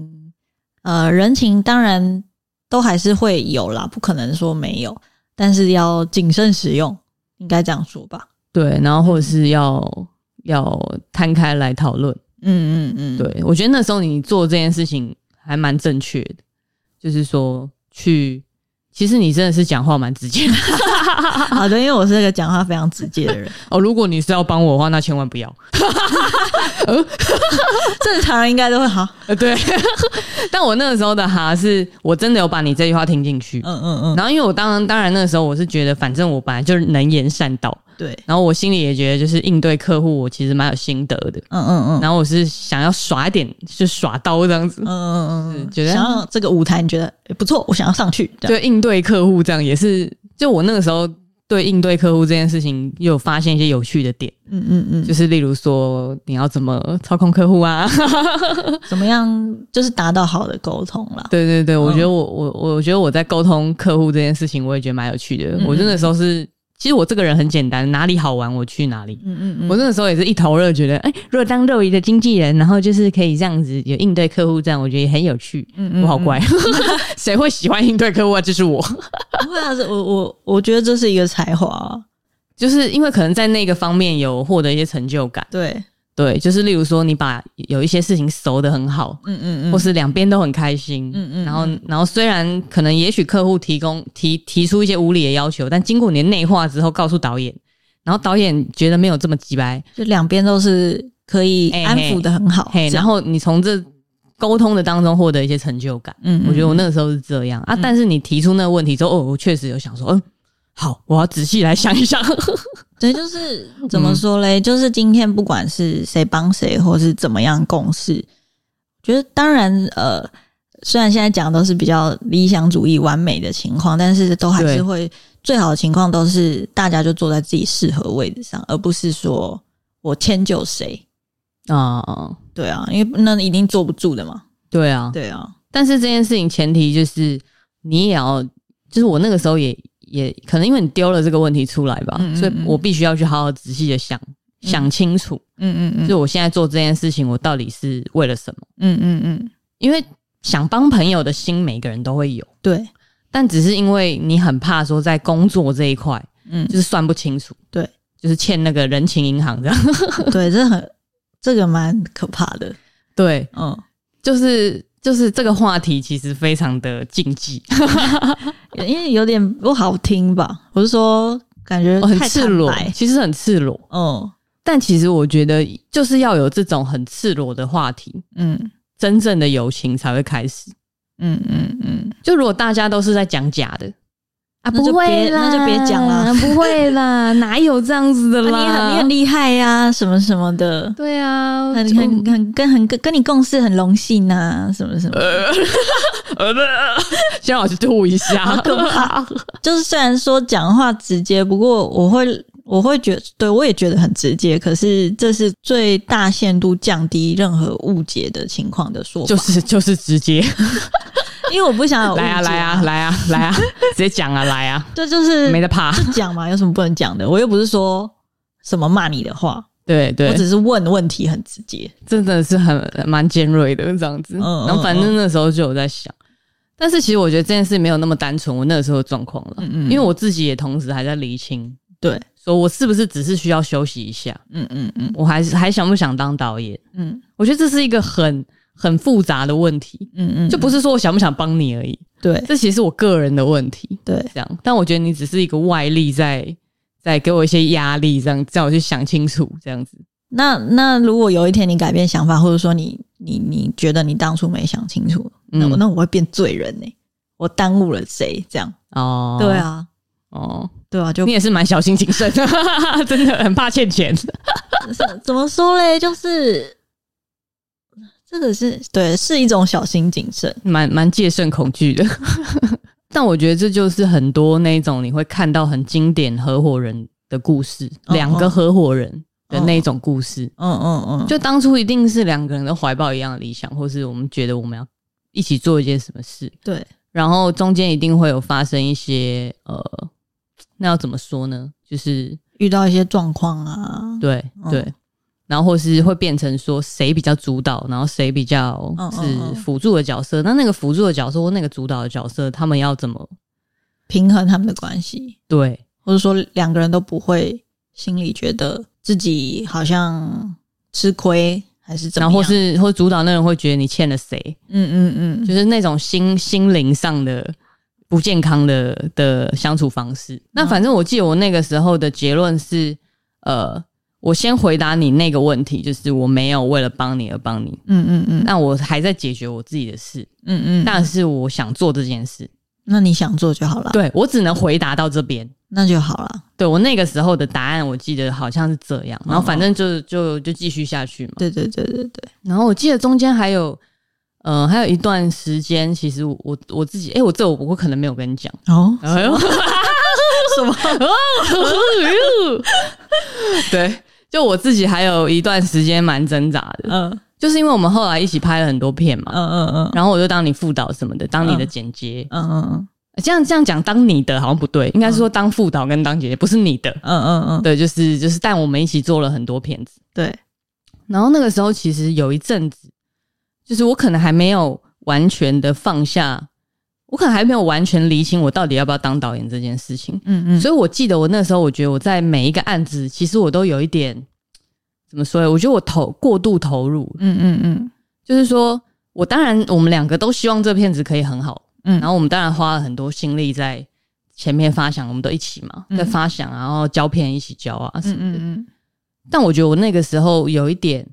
Speaker 1: 呃，人情当然都还是会有啦，不可能说没有，但是要谨慎使用，应该这样说吧。
Speaker 2: 对，然后或者是要要摊开来讨论。
Speaker 1: 嗯嗯嗯，
Speaker 2: 对我觉得那时候你做这件事情还蛮正确的，就是说去，其实你真的是讲话蛮直接的。
Speaker 1: 好的，因为我是一个讲话非常直接 的人，
Speaker 2: 哦，如果你是要帮我的话，那千万不要。
Speaker 1: 正常人应该都会好。
Speaker 2: 呃，对。 但我那个时候的哈是，我真的有把你这句话听进去。
Speaker 1: 嗯嗯嗯，
Speaker 2: 然后，因为我当然当然那个时候我是觉得，反正我本来就是能言善道，
Speaker 1: 对，
Speaker 2: 然后我心里也觉得，就是应对客户，我其实蛮有心得的。
Speaker 1: 嗯嗯嗯，
Speaker 2: 然后我是想要耍一点，就耍刀这样子，
Speaker 1: 嗯嗯嗯嗯，
Speaker 2: 觉得
Speaker 1: 想要这个舞台，你觉得诶不错，我想要上去。这样
Speaker 2: 就应对客户这样也是。就我那个时候对应对客户这件事情，又有发现一些有趣的点，
Speaker 1: 嗯嗯嗯，
Speaker 2: 就是例如说你要怎么操控客户啊，
Speaker 1: 怎么样，就是达到好的沟通啦。
Speaker 2: 对对对，我
Speaker 1: 嗯
Speaker 2: 觉得我我我觉得我在沟通客户这件事情，我也觉得蛮有趣的。
Speaker 1: 嗯
Speaker 2: 我真的时候是，其实我这个人很简单，哪里好玩我去哪里。
Speaker 1: 嗯嗯嗯，
Speaker 2: 我那个时候也是一头热，觉得哎、如果当肉姨的经纪人，然后就是可以这样子有应对客户这样，我觉得也很有趣。
Speaker 1: 嗯
Speaker 2: 我好乖， 谁会喜欢应对客户啊？就是我，
Speaker 1: 不会啊，是我我我觉得这是一个才华啊，
Speaker 2: 就是因为可能在那个方面有获得一些成就感。
Speaker 1: 对，
Speaker 2: 对，就是例如说你把有一些事情熟得很好，
Speaker 1: 嗯嗯嗯，
Speaker 2: 或是两边都很开心，
Speaker 1: 嗯嗯
Speaker 2: 然后然后虽然可能也许客户提供提提出一些无理的要求，但经过你的内化之后，告诉导演，然后导演觉得没有这么鸡掰，
Speaker 1: 就两边都是可以
Speaker 2: 哎
Speaker 1: 安抚的很好。
Speaker 2: 嘿，然
Speaker 1: 后
Speaker 2: 后你从这沟通的当中获得一些成就感。
Speaker 1: 嗯
Speaker 2: 我觉得我那个时候是这样啊，但是你提出那个问题之后，哦，我确实有想说，嗯，好，我要仔细来想一 想。哦
Speaker 1: 对，就是怎么说嘞？就是今天不管是谁帮谁，或是怎么样共事，就是当然呃，虽然现在讲的都是比较理想主义、完美的情况，但是都还
Speaker 2: 对
Speaker 1: 是会最好的情况都是大家就坐在自己适合位置上，而不是说我迁就谁。
Speaker 2: 啊，
Speaker 1: 对啊，因为那一定坐不住的嘛。
Speaker 2: 对啊，
Speaker 1: 对啊，
Speaker 2: 但是这件事情前提就是你也要，就是我那个时候也也可能因为你丢了这个问题出来吧，
Speaker 1: 嗯嗯嗯
Speaker 2: 所以我必须要去好好仔细的想、想清楚，
Speaker 1: 嗯嗯
Speaker 2: 就
Speaker 1: 嗯
Speaker 2: 是我现在做这件事情，我到底是为了什么？
Speaker 1: 嗯嗯嗯，
Speaker 2: 因为想帮朋友的心，每个人都会有，
Speaker 1: 对，
Speaker 2: 但只是因为你很怕说在工作这一块
Speaker 1: 嗯
Speaker 2: 就，是算不清楚，
Speaker 1: 对，
Speaker 2: 就是欠那个人情银行这样，
Speaker 1: 对，这很这个蛮可怕的。
Speaker 2: 对，
Speaker 1: 嗯，
Speaker 2: 就是就是这个话题其实非常的禁 忌，
Speaker 1: 因为有点不好听吧，我是说感觉
Speaker 2: 哦很
Speaker 1: 太
Speaker 2: 赤
Speaker 1: 坦
Speaker 2: 裸
Speaker 1: 白，
Speaker 2: 其实很赤裸。
Speaker 1: 嗯
Speaker 2: 但其实我觉得，就是要有这种很赤裸的话题，
Speaker 1: 嗯
Speaker 2: 真正的友情才会开始。
Speaker 1: 嗯嗯嗯，
Speaker 2: 就如果大家都是在讲假的啊，
Speaker 1: 那就别那就别讲啦，
Speaker 2: 不 会啦，哪有这样子的
Speaker 1: 啊、你很你很厉害呀、什么什么的，
Speaker 2: 对啊，
Speaker 1: 很
Speaker 2: 就
Speaker 1: 很很跟很跟跟你共事很荣幸呐、什么什么，
Speaker 2: 呃，先让我去吐一下，
Speaker 1: 好可怕。就是虽然说讲话直接，不过我会我会觉对我也觉得很直接，可是这是最大限度降低任何误解的情况的说法，
Speaker 2: 就是就是直接
Speaker 1: 因为我不想有误解、
Speaker 2: 来啊来啊，来啊来 啊，直接讲啊来啊，
Speaker 1: 这就是
Speaker 2: 没 得怕。
Speaker 1: 就讲嘛，有什么不能讲的？我又不是说什么骂你的话，
Speaker 2: 对对
Speaker 1: 我，只是问问题很直接。
Speaker 2: 真的是很蛮尖锐的这样子。
Speaker 1: 嗯
Speaker 2: 然后反正那时候就有在想，但是其实我觉得这件事没有那么单纯，我那个时候的状况了，
Speaker 1: 嗯嗯
Speaker 2: 因为我自己也同时还在厘清，
Speaker 1: 对，
Speaker 2: 说我是不是只是需要休息一下，
Speaker 1: 嗯嗯嗯
Speaker 2: 我还是还想不想当导演？
Speaker 1: 嗯
Speaker 2: 我觉得这是一个很很复杂的问题，
Speaker 1: 嗯嗯，
Speaker 2: 就不是说我想不想帮你而已，
Speaker 1: 对
Speaker 2: 这其实是我个人的问题。
Speaker 1: 对，
Speaker 2: 这样，但我觉得你只是一个外力在。在给我一些压力，这样叫我去想清楚，这样子。
Speaker 1: 那那如果有一天你改变想法，或者说你你你觉得你当初没想清楚，那我、
Speaker 2: 嗯
Speaker 1: 那我会变罪人呢、我耽误了谁？这样、
Speaker 2: 哦，
Speaker 1: 对，啊，
Speaker 2: 哦，
Speaker 1: 对啊，就
Speaker 2: 你也是蛮小心谨慎，真的 很怕欠钱。
Speaker 1: 怎么说嘞？就是这个是对，是一种小心谨慎。
Speaker 2: 蛮蛮戒慎恐惧的。 但我觉得这就是很多那种你会看到很经典合伙人的故事，
Speaker 1: 嗯
Speaker 2: 两、个合伙人的那种故事。
Speaker 1: 嗯嗯嗯，
Speaker 2: 就当初一定是两个人都怀抱一样的理想，或是我们觉得我们要一起做一件什么事，
Speaker 1: 对，
Speaker 2: 然后中间一定会有发生一些呃，那要怎么说呢？就是
Speaker 1: 遇到一些状况啊，
Speaker 2: 对
Speaker 1: 嗯
Speaker 2: 对，然后或是会变成说谁比较主导，然后谁比较
Speaker 1: 嗯嗯嗯
Speaker 2: 是辅助的角色。那那个辅助的角色或那个主导的角色，他们要怎么
Speaker 1: 平衡他们的关系。
Speaker 2: 对？
Speaker 1: 或者说两个人都不会心里觉得自己好像吃亏还是怎么样，
Speaker 2: 然后或是或主导那人会觉得你欠了谁，
Speaker 1: 嗯嗯嗯，
Speaker 2: 就是那种心心灵上的。不健康的的相处方式。那反正我记得我那个时候的结论是，呃，我先回答你那个问题，就是我没有为了帮你而帮你，
Speaker 1: 嗯嗯嗯
Speaker 2: 那我还在解决我自己的事，
Speaker 1: 嗯嗯，那
Speaker 2: 但是我想做这件事，
Speaker 1: 那你想做就好了，，
Speaker 2: 对我只能回答到这边。
Speaker 1: 那就好了，
Speaker 2: 对我那个时候的答案，我记得好像是这样，然后反正就就就继续下去嘛。
Speaker 1: 对对对对对，
Speaker 2: 然后我记得中间还有，呃，还有一段时间，其实我我我自己，哎、我这我我可能没有跟你讲，
Speaker 1: 哦，
Speaker 2: 哎 呦， 什么？对，就我自己还有一段时间蛮挣扎的，
Speaker 1: 嗯
Speaker 2: 就是因为我们后来一起拍了很多片嘛，
Speaker 1: 嗯嗯嗯
Speaker 2: 然后我就当你副导什么的，当你的
Speaker 1: 嗯
Speaker 2: 剪接，
Speaker 1: 嗯嗯
Speaker 2: 这样这样讲，当你的好像不对，应该是说当副导跟当姐姐，不是你的。
Speaker 1: 嗯嗯嗯，
Speaker 2: 对，就是就是，但我们一起做了很多片子。
Speaker 1: 对，
Speaker 2: 然后那个时候其实有一阵子，就是我可能还没有完全的放下，我可能还没有完全厘清我到底要不要当导演这件事情。
Speaker 1: 嗯嗯，
Speaker 2: 所以我记得我那时候，我觉得我在每一个案子，其实我都有一点怎么说呢？我觉得我投过度投入，
Speaker 1: 嗯嗯嗯
Speaker 2: 就是说我当然我们两个都希望这片子可以很好，
Speaker 1: 嗯，
Speaker 2: 然后我们当然花了很多心力在前面发想，我们都一起嘛，在
Speaker 1: 嗯
Speaker 2: 发想，啊然后胶片一起交啊什
Speaker 1: 嗯
Speaker 2: 么的。
Speaker 1: 嗯嗯
Speaker 2: 但我觉得我那个时候有一点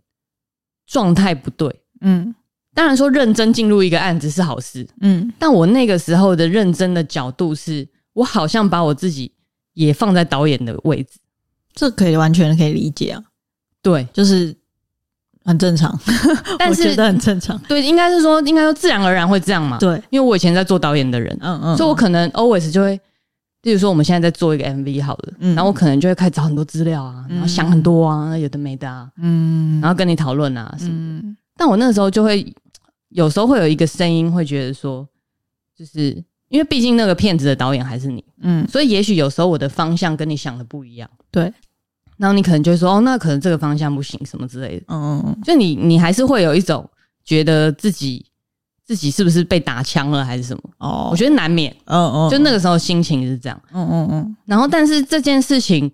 Speaker 2: 状态不对。
Speaker 1: 嗯
Speaker 2: 当然说认真进入一个案子是好事，
Speaker 1: 嗯
Speaker 2: 但我那个时候的认真的角度是，我好像把我自己也放在导演的位置。
Speaker 1: 这可以完全可以理解啊，
Speaker 2: 对
Speaker 1: 就是很正常，
Speaker 2: 但
Speaker 1: 我
Speaker 2: 是
Speaker 1: 觉得很正常。
Speaker 2: 对，应该是说，应该说自然而然会这样嘛。，
Speaker 1: 对，
Speaker 2: 因为我以前在做导演的人，啊
Speaker 1: 嗯嗯，
Speaker 2: 所以我可能 always 就会，例如说我们现在在做一个 MV 好了，
Speaker 1: 嗯
Speaker 2: 然后我可能就会开始找很多资料啊，然后想很多啊，有的没的啊，
Speaker 1: 嗯
Speaker 2: 然后跟你讨论啊什么。
Speaker 1: 嗯
Speaker 2: 但我那时候就会有时候会有一个声音会觉得说，就是因为毕竟那个片子的导演还是你，
Speaker 1: 嗯，
Speaker 2: 所以也许有时候我的方向跟你想的不一样，
Speaker 1: 对，
Speaker 2: 然后你可能就会说哦，那可能这个方向不行什么之类的，
Speaker 1: 嗯嗯
Speaker 2: 就你你还是会有一种觉得自己自己是不是被打枪了还是什么，
Speaker 1: 哦，
Speaker 2: 我觉得难免，
Speaker 1: 得嗯嗯，
Speaker 2: 就那个时候心情是这样。
Speaker 1: 嗯嗯嗯
Speaker 2: 然后，但是这件事情，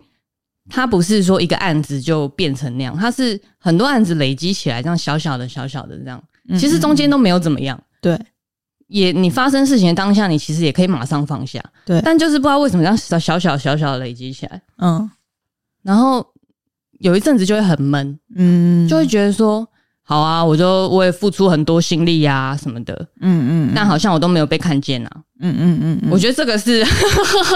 Speaker 2: 它不是说一个案子就变成那样，它是很多案子累积起来，这样小小的、小小的这样，
Speaker 1: 嗯，
Speaker 2: 其实中间都没有怎么样。
Speaker 1: 对
Speaker 2: 也你发生事情的当下，你其实也可以马上放下，
Speaker 1: 对
Speaker 2: 但就是不知道为什么这样小小小小小的累积起来，
Speaker 1: 嗯
Speaker 2: 然后有一阵子就会很闷，
Speaker 1: 嗯，
Speaker 2: 就会觉得说，好啊，我就我也付出很多心力呀、什么的，
Speaker 1: 嗯嗯，
Speaker 2: 但好像我都没有被看见啊。
Speaker 1: 嗯嗯嗯嗯，
Speaker 2: 我觉得这个是，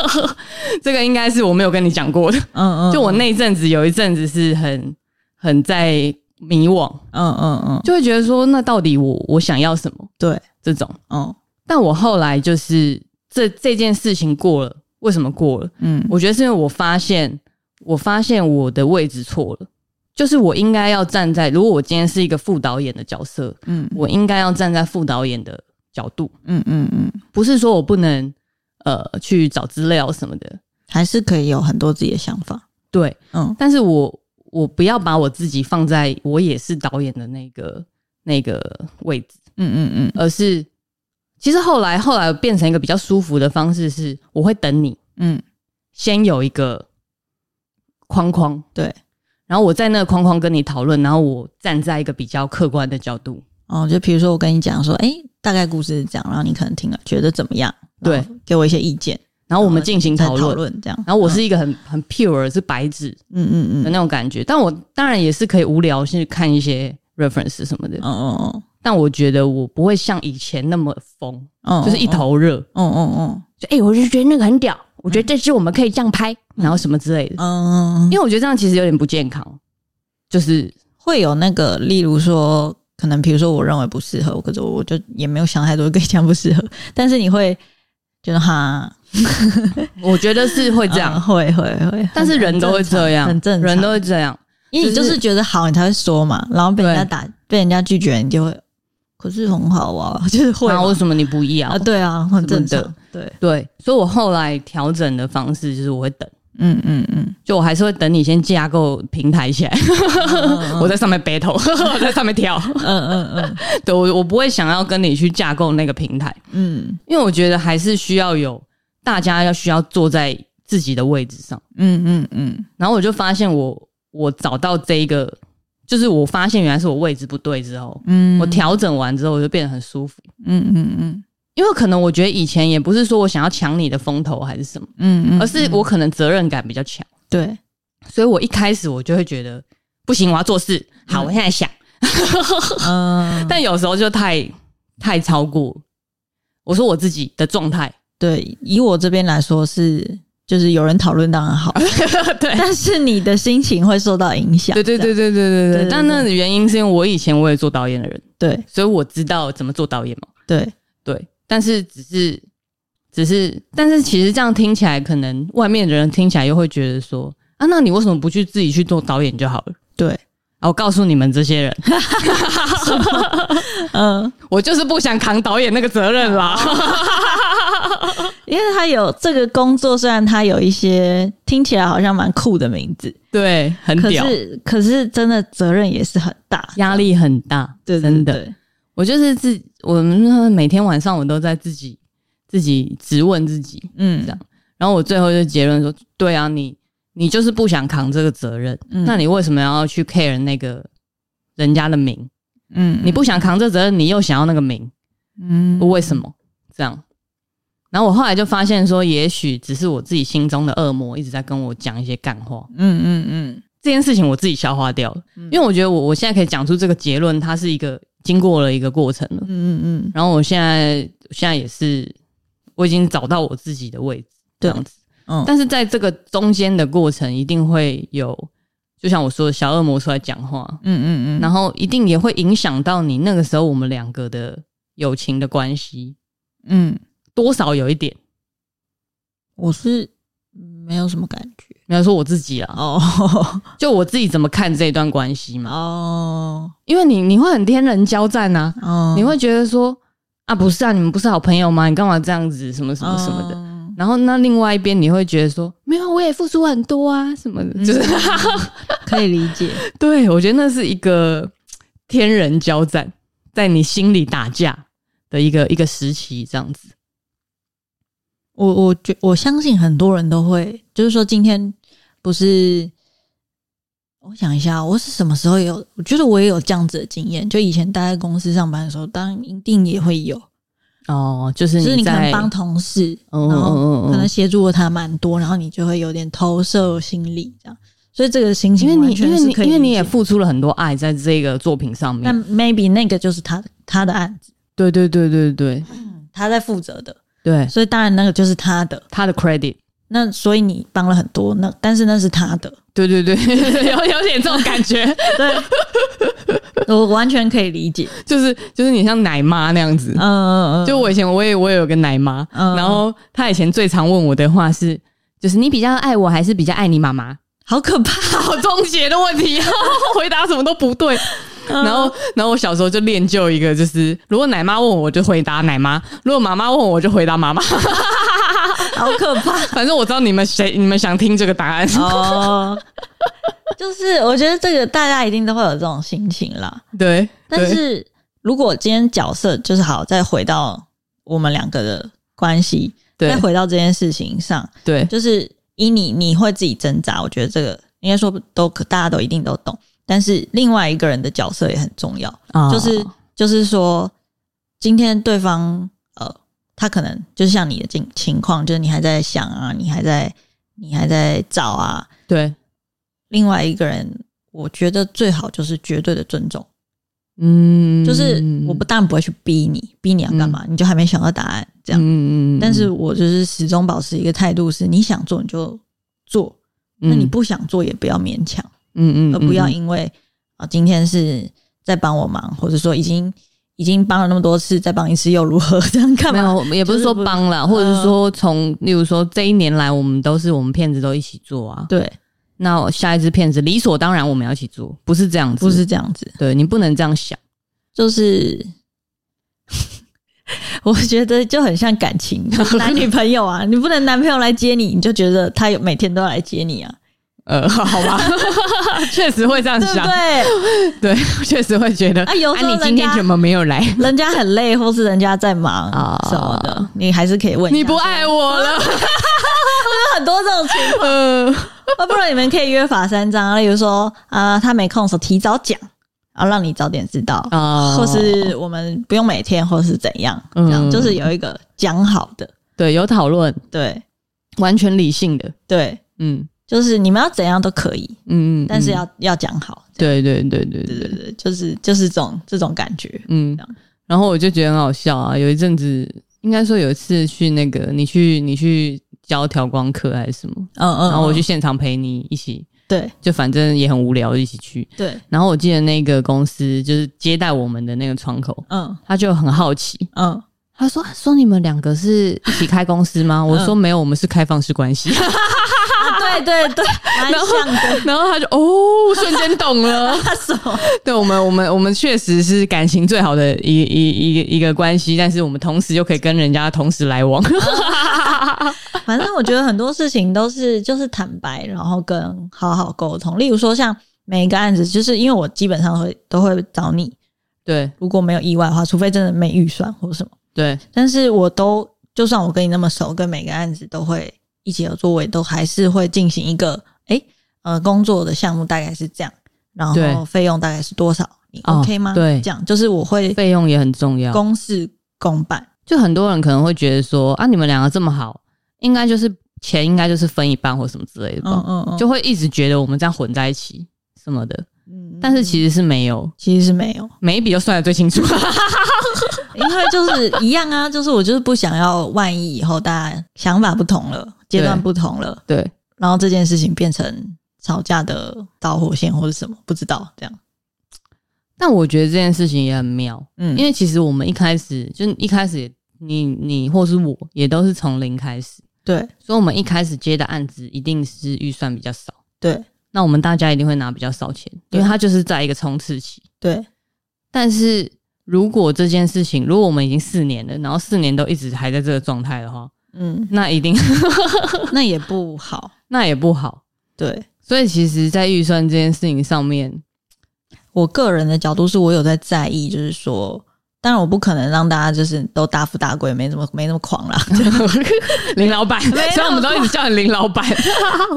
Speaker 2: 这个应该是我没有跟你讲过的。
Speaker 1: 嗯嗯，
Speaker 2: 就我那一阵子，有一阵子是很很在迷惘，
Speaker 1: 嗯嗯嗯，
Speaker 2: 就会觉得说，那到底我我想要什么
Speaker 1: 对，
Speaker 2: 这种。
Speaker 1: 哦
Speaker 2: 但我后来就是这这件事情过了，为什么过了？
Speaker 1: 嗯
Speaker 2: 我觉得是因为我发现，我发现我的位置错了，就是我应该要站在，如果我今天是一个副导演的角色，
Speaker 1: 嗯
Speaker 2: 我应该要站在副导演的角度，
Speaker 1: 嗯嗯嗯，
Speaker 2: 不是说我不能呃去找资料什么的，
Speaker 1: 还是可以有很多自己的想法。
Speaker 2: 对，
Speaker 1: 嗯
Speaker 2: 但是我我不要把我自己放在我也是导演的那个那个位置，
Speaker 1: 嗯嗯
Speaker 2: 而是其实后来后来变成一个比较舒服的方式是，我会等你
Speaker 1: 嗯
Speaker 2: 先有一个框框，
Speaker 1: 对，
Speaker 2: 然后我在那个框框跟你讨论，然后我站在一个比较客观的角度，
Speaker 1: 嗯，哦，就比如说我跟你讲说，哎，大概故事是这样，然后你可能听了觉得怎么样？，给我一些意见，
Speaker 2: 然后我们进行
Speaker 1: 再
Speaker 2: 讨
Speaker 1: 哦讨
Speaker 2: 论。
Speaker 1: 论这样。
Speaker 2: 然后我是一个很很 pure 是白纸
Speaker 1: 嗯嗯
Speaker 2: 的
Speaker 1: 嗯
Speaker 2: 那种感觉，但我当然也是可以无聊去看一些 reference 什么的
Speaker 1: 嗯，嗯
Speaker 2: 但我觉得我不会像以前那么疯，
Speaker 1: 嗯，
Speaker 2: 就是一，头热，
Speaker 1: 嗯嗯嗯
Speaker 2: 就哎、欸我就觉得那个很屌，我觉得这支我们可以这样拍，然后什么之类的。
Speaker 1: 嗯，
Speaker 2: 因为我觉得这样其实有点不健康，就是
Speaker 1: 会有那个，例如说，可能比如说我认为不适合，可是我就也没有想太多，跟你讲不适合，但是你会觉得哈，
Speaker 2: 我觉得是会这样，
Speaker 1: 嗯会会会，
Speaker 2: 但是人都会这样，
Speaker 1: 很正常，
Speaker 2: 人都会这样。
Speaker 1: 因为你就是觉得好，你才会说嘛，然后被人家
Speaker 2: 对
Speaker 1: 打，被人家拒绝，你就会，可是很好啊， 就是会
Speaker 2: 那
Speaker 1: 嘛
Speaker 2: 为什么你不一
Speaker 1: 啊，
Speaker 2: 样？
Speaker 1: 对啊，很正
Speaker 2: 什么
Speaker 1: 常
Speaker 2: 的，
Speaker 1: 对，
Speaker 2: 对，所以我后来调整的方式就是我会等，
Speaker 1: 嗯嗯嗯，
Speaker 2: 就我还是会等你先架构平台起来，
Speaker 1: 嗯
Speaker 2: 我在上面 battle，我在上面跳。
Speaker 1: 嗯嗯
Speaker 2: 对我，我不会想要跟你去架构那个平台，
Speaker 1: 嗯
Speaker 2: 因为我觉得还是需要有大家要需要坐在自己的位置上。
Speaker 1: 嗯嗯嗯
Speaker 2: 然后我就发现我我找到这一个，就是我发现原来是我位置不对之后，
Speaker 1: 嗯，
Speaker 2: 我调整完之后我就变得很舒服。
Speaker 1: 嗯，嗯嗯
Speaker 2: 因为可能我觉得以前也不是说我想要抢你的风头还是什么，
Speaker 1: 嗯嗯，
Speaker 2: 而是我可能责任感比较强，
Speaker 1: 对，
Speaker 2: 所以我一开始我就会觉得不行，我要做事。好，
Speaker 1: 嗯
Speaker 2: 我现在想，
Speaker 1: 嗯，
Speaker 2: 但有时候就太太超过。我说我自己的状态，
Speaker 1: 对，以我这边来说是，就是有人讨论当然好，
Speaker 2: 对
Speaker 1: 但是你的心情会受到影响。
Speaker 2: 对对
Speaker 1: 这样
Speaker 2: 对对对对
Speaker 1: 对
Speaker 2: 对。
Speaker 1: 对
Speaker 2: 但那原因是因为我以前我也做导演的人，
Speaker 1: 对
Speaker 2: 所以我知道怎么做导演嘛。
Speaker 1: 对，
Speaker 2: 对，但是只是只是，但是其实这样听起来，可能外面的人听起来又会觉得说啊，那你为什么不去自己去做导演就好了？
Speaker 1: 对，
Speaker 2: 啊，我告诉你们这些人，
Speaker 1: 嗯，
Speaker 2: 我就是不想扛导演那个责任 啦。
Speaker 1: 因为他有这个工作，虽然他有一些听起来好像蛮酷的名字，
Speaker 2: 对，很
Speaker 1: 可
Speaker 2: 屌，
Speaker 1: 是可是真的责任也是很大，
Speaker 2: 压力很大，
Speaker 1: 对对
Speaker 2: 真的。
Speaker 1: 对
Speaker 2: 我就是自我们每天晚上我都在自己自己质问自己，
Speaker 1: 嗯
Speaker 2: 这样然后我最后就结论说，对啊，你你就是不想扛这个责任，
Speaker 1: 嗯
Speaker 2: 那你为什么要去 care 那个人家的名？
Speaker 1: 嗯
Speaker 2: 你不想扛这责任，你又想要那个名，
Speaker 1: 嗯
Speaker 2: 为什么这样？然后我后来就发现说，也许只是我自己心中的恶魔一直在跟我讲一些干话，
Speaker 1: 嗯嗯嗯
Speaker 2: 这件事情我自己消化掉了，
Speaker 1: 嗯
Speaker 2: 因为我觉得我我现在可以讲出这个结论，它是一个经过了一个过程了
Speaker 1: 嗯。嗯嗯，
Speaker 2: 然后我现在现在也是，我已经找到我自己的位置，这
Speaker 1: 对
Speaker 2: 样子。
Speaker 1: 嗯
Speaker 2: 但是在这个中间的过程，一定会有，就像我说的小恶魔出来讲话，
Speaker 1: 嗯嗯嗯，
Speaker 2: 然后一定也会影响到你那个时候我们两个的友情的关系，
Speaker 1: 嗯，
Speaker 2: 多少有一点。
Speaker 1: 我是没有什么感觉
Speaker 2: 没有说我自己啊，
Speaker 1: 哦
Speaker 2: 就我自己怎么看这一段关系嘛？
Speaker 1: 哦
Speaker 2: 因为你你会很天人交战呐、
Speaker 1: 哦，
Speaker 2: 你会觉得说啊，不是啊，你们不是好朋友吗？你干嘛这样子，什么
Speaker 1: 嗯
Speaker 2: 什么什么的。
Speaker 1: 的，
Speaker 2: 然后那另外一边你会觉得说，没有，我也付出很多啊，什么的，就是、
Speaker 1: 可以理解，
Speaker 2: 对我觉得那是一个天人交战，在你心里打架的一个一个时期，这样子。
Speaker 1: 我我觉我相信很多人都会，就是说今天不是，我想一下，我是什么时候也有？我觉得我也有这样子的经验，就以前待在公司上班的时候，当然一定也会有，
Speaker 2: 哦，就是
Speaker 1: 就是
Speaker 2: 你
Speaker 1: 你可
Speaker 2: 在
Speaker 1: 能帮同事，
Speaker 2: 哦
Speaker 1: 然后
Speaker 2: 哦哦
Speaker 1: 可能协助了他蛮多，然后你就会有点投射心理这样，所以这个心
Speaker 2: 因
Speaker 1: 情
Speaker 2: 为你
Speaker 1: 完
Speaker 2: 因
Speaker 1: 全
Speaker 2: 为
Speaker 1: 是
Speaker 2: 你
Speaker 1: 可以
Speaker 2: 因为你也
Speaker 1: 理解
Speaker 2: 付出了很多爱在这个作品上面
Speaker 1: 但，maybe 那个就是他的他的案子，
Speaker 2: 对对对对对
Speaker 1: 他在负责的，
Speaker 2: 对，
Speaker 1: 所以当然那个就是他的。
Speaker 2: 他的 credit，
Speaker 1: 那所以你帮了很多，那但是那是他的，
Speaker 2: 对对 对，有有点这种感觉，
Speaker 1: 我完全可以理解。
Speaker 2: 就是就是你像奶妈那样子
Speaker 1: 嗯。嗯嗯，
Speaker 2: 就我以前我也我也有个奶妈，
Speaker 1: 嗯
Speaker 2: 然后她以前最常问我的话是，就是你比较爱我还是比较爱你妈妈？
Speaker 1: 好可怕。
Speaker 2: 好终结的问题，啊 回答什么都不对。
Speaker 1: 嗯
Speaker 2: 然后，然后我小时候就练就一个，就是如果奶妈问我，我就回答奶妈；如果妈妈问我，我就回答妈 妈。
Speaker 1: 好可 怕
Speaker 2: 反正我知道你们谁，你们想听这个答案。
Speaker 1: 哦！就是我觉得这个大家一定都会有这种心情啦。
Speaker 2: 对，
Speaker 1: 但
Speaker 2: 对
Speaker 1: 是如果今天角色就是好，再回到我们两个的关系，再
Speaker 2: 对
Speaker 1: 回到这件事情上，
Speaker 2: 对
Speaker 1: 就是以你你会自己挣扎，我觉得这个应该说都可大家都一定都懂。但是另外一个人的角色也很重要，
Speaker 2: 啊
Speaker 1: 就是就是说，今天对方呃，他可能就是像你的情情况，就是你还在想啊，你还在你还在找啊。
Speaker 2: 对，
Speaker 1: 另外一个人，我觉得最好就是绝对的尊重，
Speaker 2: 嗯
Speaker 1: 就是我不但不会去逼你，逼你要干嘛，你就还没想到答案这样。
Speaker 2: 嗯
Speaker 1: 但是我就是始终保持一个态度是，你想做你就做，那
Speaker 2: 嗯
Speaker 1: 你不想做也不要勉强。
Speaker 2: 嗯
Speaker 1: 而不要因为啊、今天是在帮我忙，或者说已经已经帮了那么多次，再帮一次又如何？ 这样干
Speaker 2: 没
Speaker 1: 嘛？
Speaker 2: 有，也不
Speaker 1: 就
Speaker 2: 是
Speaker 1: 是
Speaker 2: 说
Speaker 1: 不嗯
Speaker 2: 帮了，或者是说从，例如说这一年来，我们都是我们骗子都一起做啊。
Speaker 1: 对，
Speaker 2: 那我下一支骗子理所当然我们要一起做，不是这样子，
Speaker 1: 不是这样子，
Speaker 2: 对你不能这样想。
Speaker 1: 就是 我觉得就很像感 情，男女朋友啊，你不能男朋友来接你，你就觉得他有每天都要来接你啊，
Speaker 2: 呃，好吧， 确实会这样
Speaker 1: 对不
Speaker 2: 想，
Speaker 1: 对？
Speaker 2: 对，确实会觉得
Speaker 1: 啊有时候
Speaker 2: 你今
Speaker 1: 人
Speaker 2: 天
Speaker 1: 家
Speaker 2: 怎么没有来？
Speaker 1: 人家很累，或是人家在忙
Speaker 2: 啊
Speaker 1: 什么的， 你还是可以问一下。
Speaker 2: 你不爱我了？
Speaker 1: 有很多这种情况，
Speaker 2: 呃，
Speaker 1: 啊，不然你们可以约法三章，例如说啊、他没空的时候提早讲，啊，让你早点知道，
Speaker 2: 哦
Speaker 1: 或是我们不用每天，或是怎样，这样、
Speaker 2: 嗯
Speaker 1: 就是有一个讲好的，
Speaker 2: 对，有讨论，
Speaker 1: 对
Speaker 2: 完全理性的，
Speaker 1: 对，
Speaker 2: 嗯
Speaker 1: 就是你们要怎样都可以，
Speaker 2: 嗯，嗯
Speaker 1: 但是
Speaker 2: 嗯
Speaker 1: 要、要讲好，
Speaker 2: 对对对
Speaker 1: 对
Speaker 2: 对对
Speaker 1: 对对，就是就是这种这种感觉，
Speaker 2: 嗯
Speaker 1: 这样，
Speaker 2: 然后我就觉得很好笑啊。有一阵子，应该说有一次去那个你去你去教调光课还是什么，
Speaker 1: 嗯嗯，
Speaker 2: 然后我
Speaker 1: 嗯
Speaker 2: 去现场陪你一起，
Speaker 1: 对
Speaker 2: 就反正也很无聊，一起去。
Speaker 1: 对，
Speaker 2: 然后我记得那个公司就是接待我们的那个窗口，
Speaker 1: 嗯
Speaker 2: 他就很好奇，
Speaker 1: 嗯，
Speaker 2: 他说啊说你们两个是一起开公司
Speaker 1: 嗯
Speaker 2: 吗？我说没有，我们是开放式关系。
Speaker 1: 啊，对对对，蛮
Speaker 2: 然后
Speaker 1: 像的，
Speaker 2: 然后他就哦，瞬间懂 了。
Speaker 1: 他什么？
Speaker 2: 对我们，我们我们确实是感情最好的一一一个一个关系，但是我们同时又可以跟人家同时来往。
Speaker 1: 反正我觉得很多事情都是就是坦白，然后跟好好沟通。例如说，像每一个案子，就是因为我基本上会都会找你，
Speaker 2: 对
Speaker 1: 如果没有意外的话，除非真的没预算或什么，
Speaker 2: 对，
Speaker 1: 但是我都就算我跟你那么熟，跟每个案子都会一起合作，我也都还是会进行一个诶呃工作的项目大概是这样，然后
Speaker 2: 对
Speaker 1: 费用大概是多少，你
Speaker 2: 哦
Speaker 1: OK 吗？
Speaker 2: 对
Speaker 1: 这样就是我会
Speaker 2: 费用也很重要。
Speaker 1: 公事公办。
Speaker 2: 就很多人可能会觉得说啊，你们两个这么好，应该就是钱应该就是分一半或什么之类的
Speaker 1: 嗯
Speaker 2: 吧，
Speaker 1: 嗯嗯，
Speaker 2: 就会一直觉得我们这样混在一起什么的。
Speaker 1: 嗯
Speaker 2: 但是其实是没有，
Speaker 1: 其实是没有。
Speaker 2: 每一笔都算得 最清楚。
Speaker 1: 因为就是一样啊，就是我就是不想要，万一以后大家想法不同了，阶段不同了，
Speaker 2: 对
Speaker 1: 然后这件事情变成吵架的导火线或者什么，不知道这样。
Speaker 2: 但我觉得这件事情也很妙，
Speaker 1: 嗯，
Speaker 2: 因为其实我们一开始就一开始也你你或是我也都是从零开始，
Speaker 1: 对
Speaker 2: 所以我们一开始接的案子一定是预算比较少，
Speaker 1: 对
Speaker 2: 那我们大家一定会拿比较少钱，因
Speaker 1: 对
Speaker 2: 为它就是在一个冲刺期。
Speaker 1: 对
Speaker 2: 但是如果这件事情，如果我们已经四年了，然后四年都一直还在这个状态的话，
Speaker 1: 嗯，
Speaker 2: 那一定
Speaker 1: 那也不好。
Speaker 2: 那也不好。
Speaker 1: 对
Speaker 2: 所以其实，在预算这件事情上面，
Speaker 1: 我个人的角度是我有在在意，就是说，当然我不可能让大家就是都大富大贵，没那么没那么狂 啦。
Speaker 2: 林老板，虽然我们都一直叫你林老 板，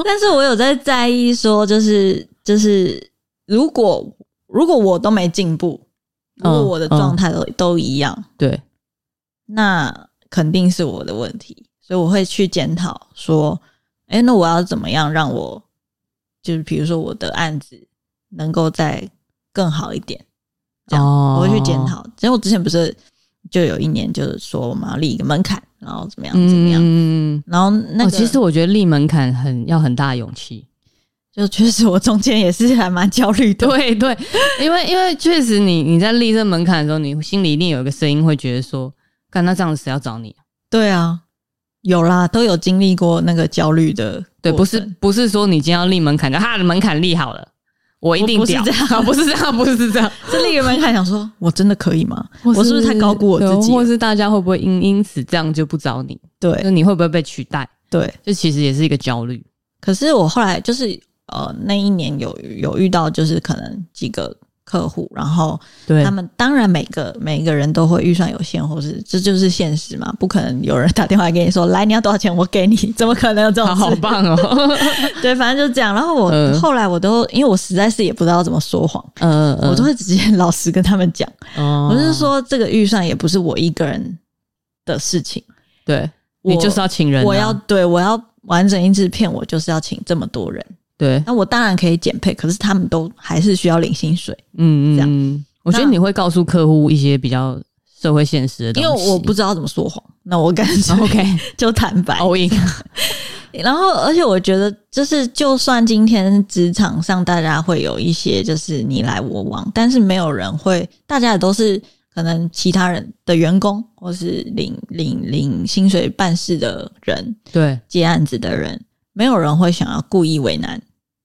Speaker 1: 但是我有在在意说、就是，就是如果如果我都没进步，如果
Speaker 2: 嗯
Speaker 1: 我的状态都、都一样，
Speaker 2: 对，
Speaker 1: 那肯定是我的问题，所以我会去检讨说，哎、那我要怎么样让我就是比如说我的案子能够再更好一点，这样、
Speaker 2: 哦
Speaker 1: 我会去检讨。其实我之前不是就有一年就是说我们要立一个门槛，然后怎么样怎么样，
Speaker 2: 嗯，
Speaker 1: 然后那
Speaker 2: 哦
Speaker 1: 个、
Speaker 2: 其实我觉得立门槛很要很大的勇气。
Speaker 1: 就确实我中间也是还蛮焦虑的，
Speaker 2: 对对，因为因为确实你你在立这门槛的时候，你心里一定有一个声音会觉得说，干那这样子谁要找你啊？
Speaker 1: 对啊，有啦，都有经历过那个焦虑的过程，
Speaker 2: 对，不是不是说你今天要立门槛的，他的门槛立好了，我一定
Speaker 1: 不是
Speaker 2: 屌
Speaker 1: 这样
Speaker 2: 不是这样，不是这样，
Speaker 1: 是另一个门槛，想说我真的可以吗？ 我是不是太高估我自己
Speaker 2: 对或
Speaker 1: 了？
Speaker 2: 是大家会不会因因此这样就不找你？就
Speaker 1: 对
Speaker 2: 你会不会被取代？
Speaker 1: 对，
Speaker 2: 这其实也是一个焦虑。
Speaker 1: 可是我后来就是呃，那一年有有遇到就是可能几个客户，然后
Speaker 2: 对
Speaker 1: 他们当然每个每一个人都会预算有限，或是这就是现实嘛，不可能有人打电话给你说来你要多少钱我给你，怎么可能有这种
Speaker 2: 好好
Speaker 1: 事？
Speaker 2: 棒哦，
Speaker 1: 对，反正就这样。然后我、
Speaker 2: 嗯
Speaker 1: 后来我都因为我实在是也不知道怎么说谎，
Speaker 2: 嗯嗯
Speaker 1: 我都会直接老实跟他们讲。
Speaker 2: 哦
Speaker 1: 我是，说，这个预算也不是我一个人的事情，
Speaker 2: 对
Speaker 1: 我
Speaker 2: 你就是要请人啊、
Speaker 1: 我要对我要完整一支片，我就是要请这么多人。
Speaker 2: 对，
Speaker 1: 那我当然可以减配，可是他们都还是需要领薪水，
Speaker 2: 嗯嗯
Speaker 1: 这样
Speaker 2: 嗯，我觉得
Speaker 1: 那
Speaker 2: 你会告诉客户一些比较社会现实的东
Speaker 1: 因
Speaker 2: 西，哦
Speaker 1: 为我不知道怎么说谎。那我干脆
Speaker 2: OK 哦
Speaker 1: 就坦白。
Speaker 2: all in，
Speaker 1: 然后，而且我觉得，就是就算今天职场上大家会有一些就是你来我往，但是没有人会，大家也都是可能其他人的员工或是领领领薪水办事的人，
Speaker 2: 对，
Speaker 1: 接案子的人，没有人会想要故意为难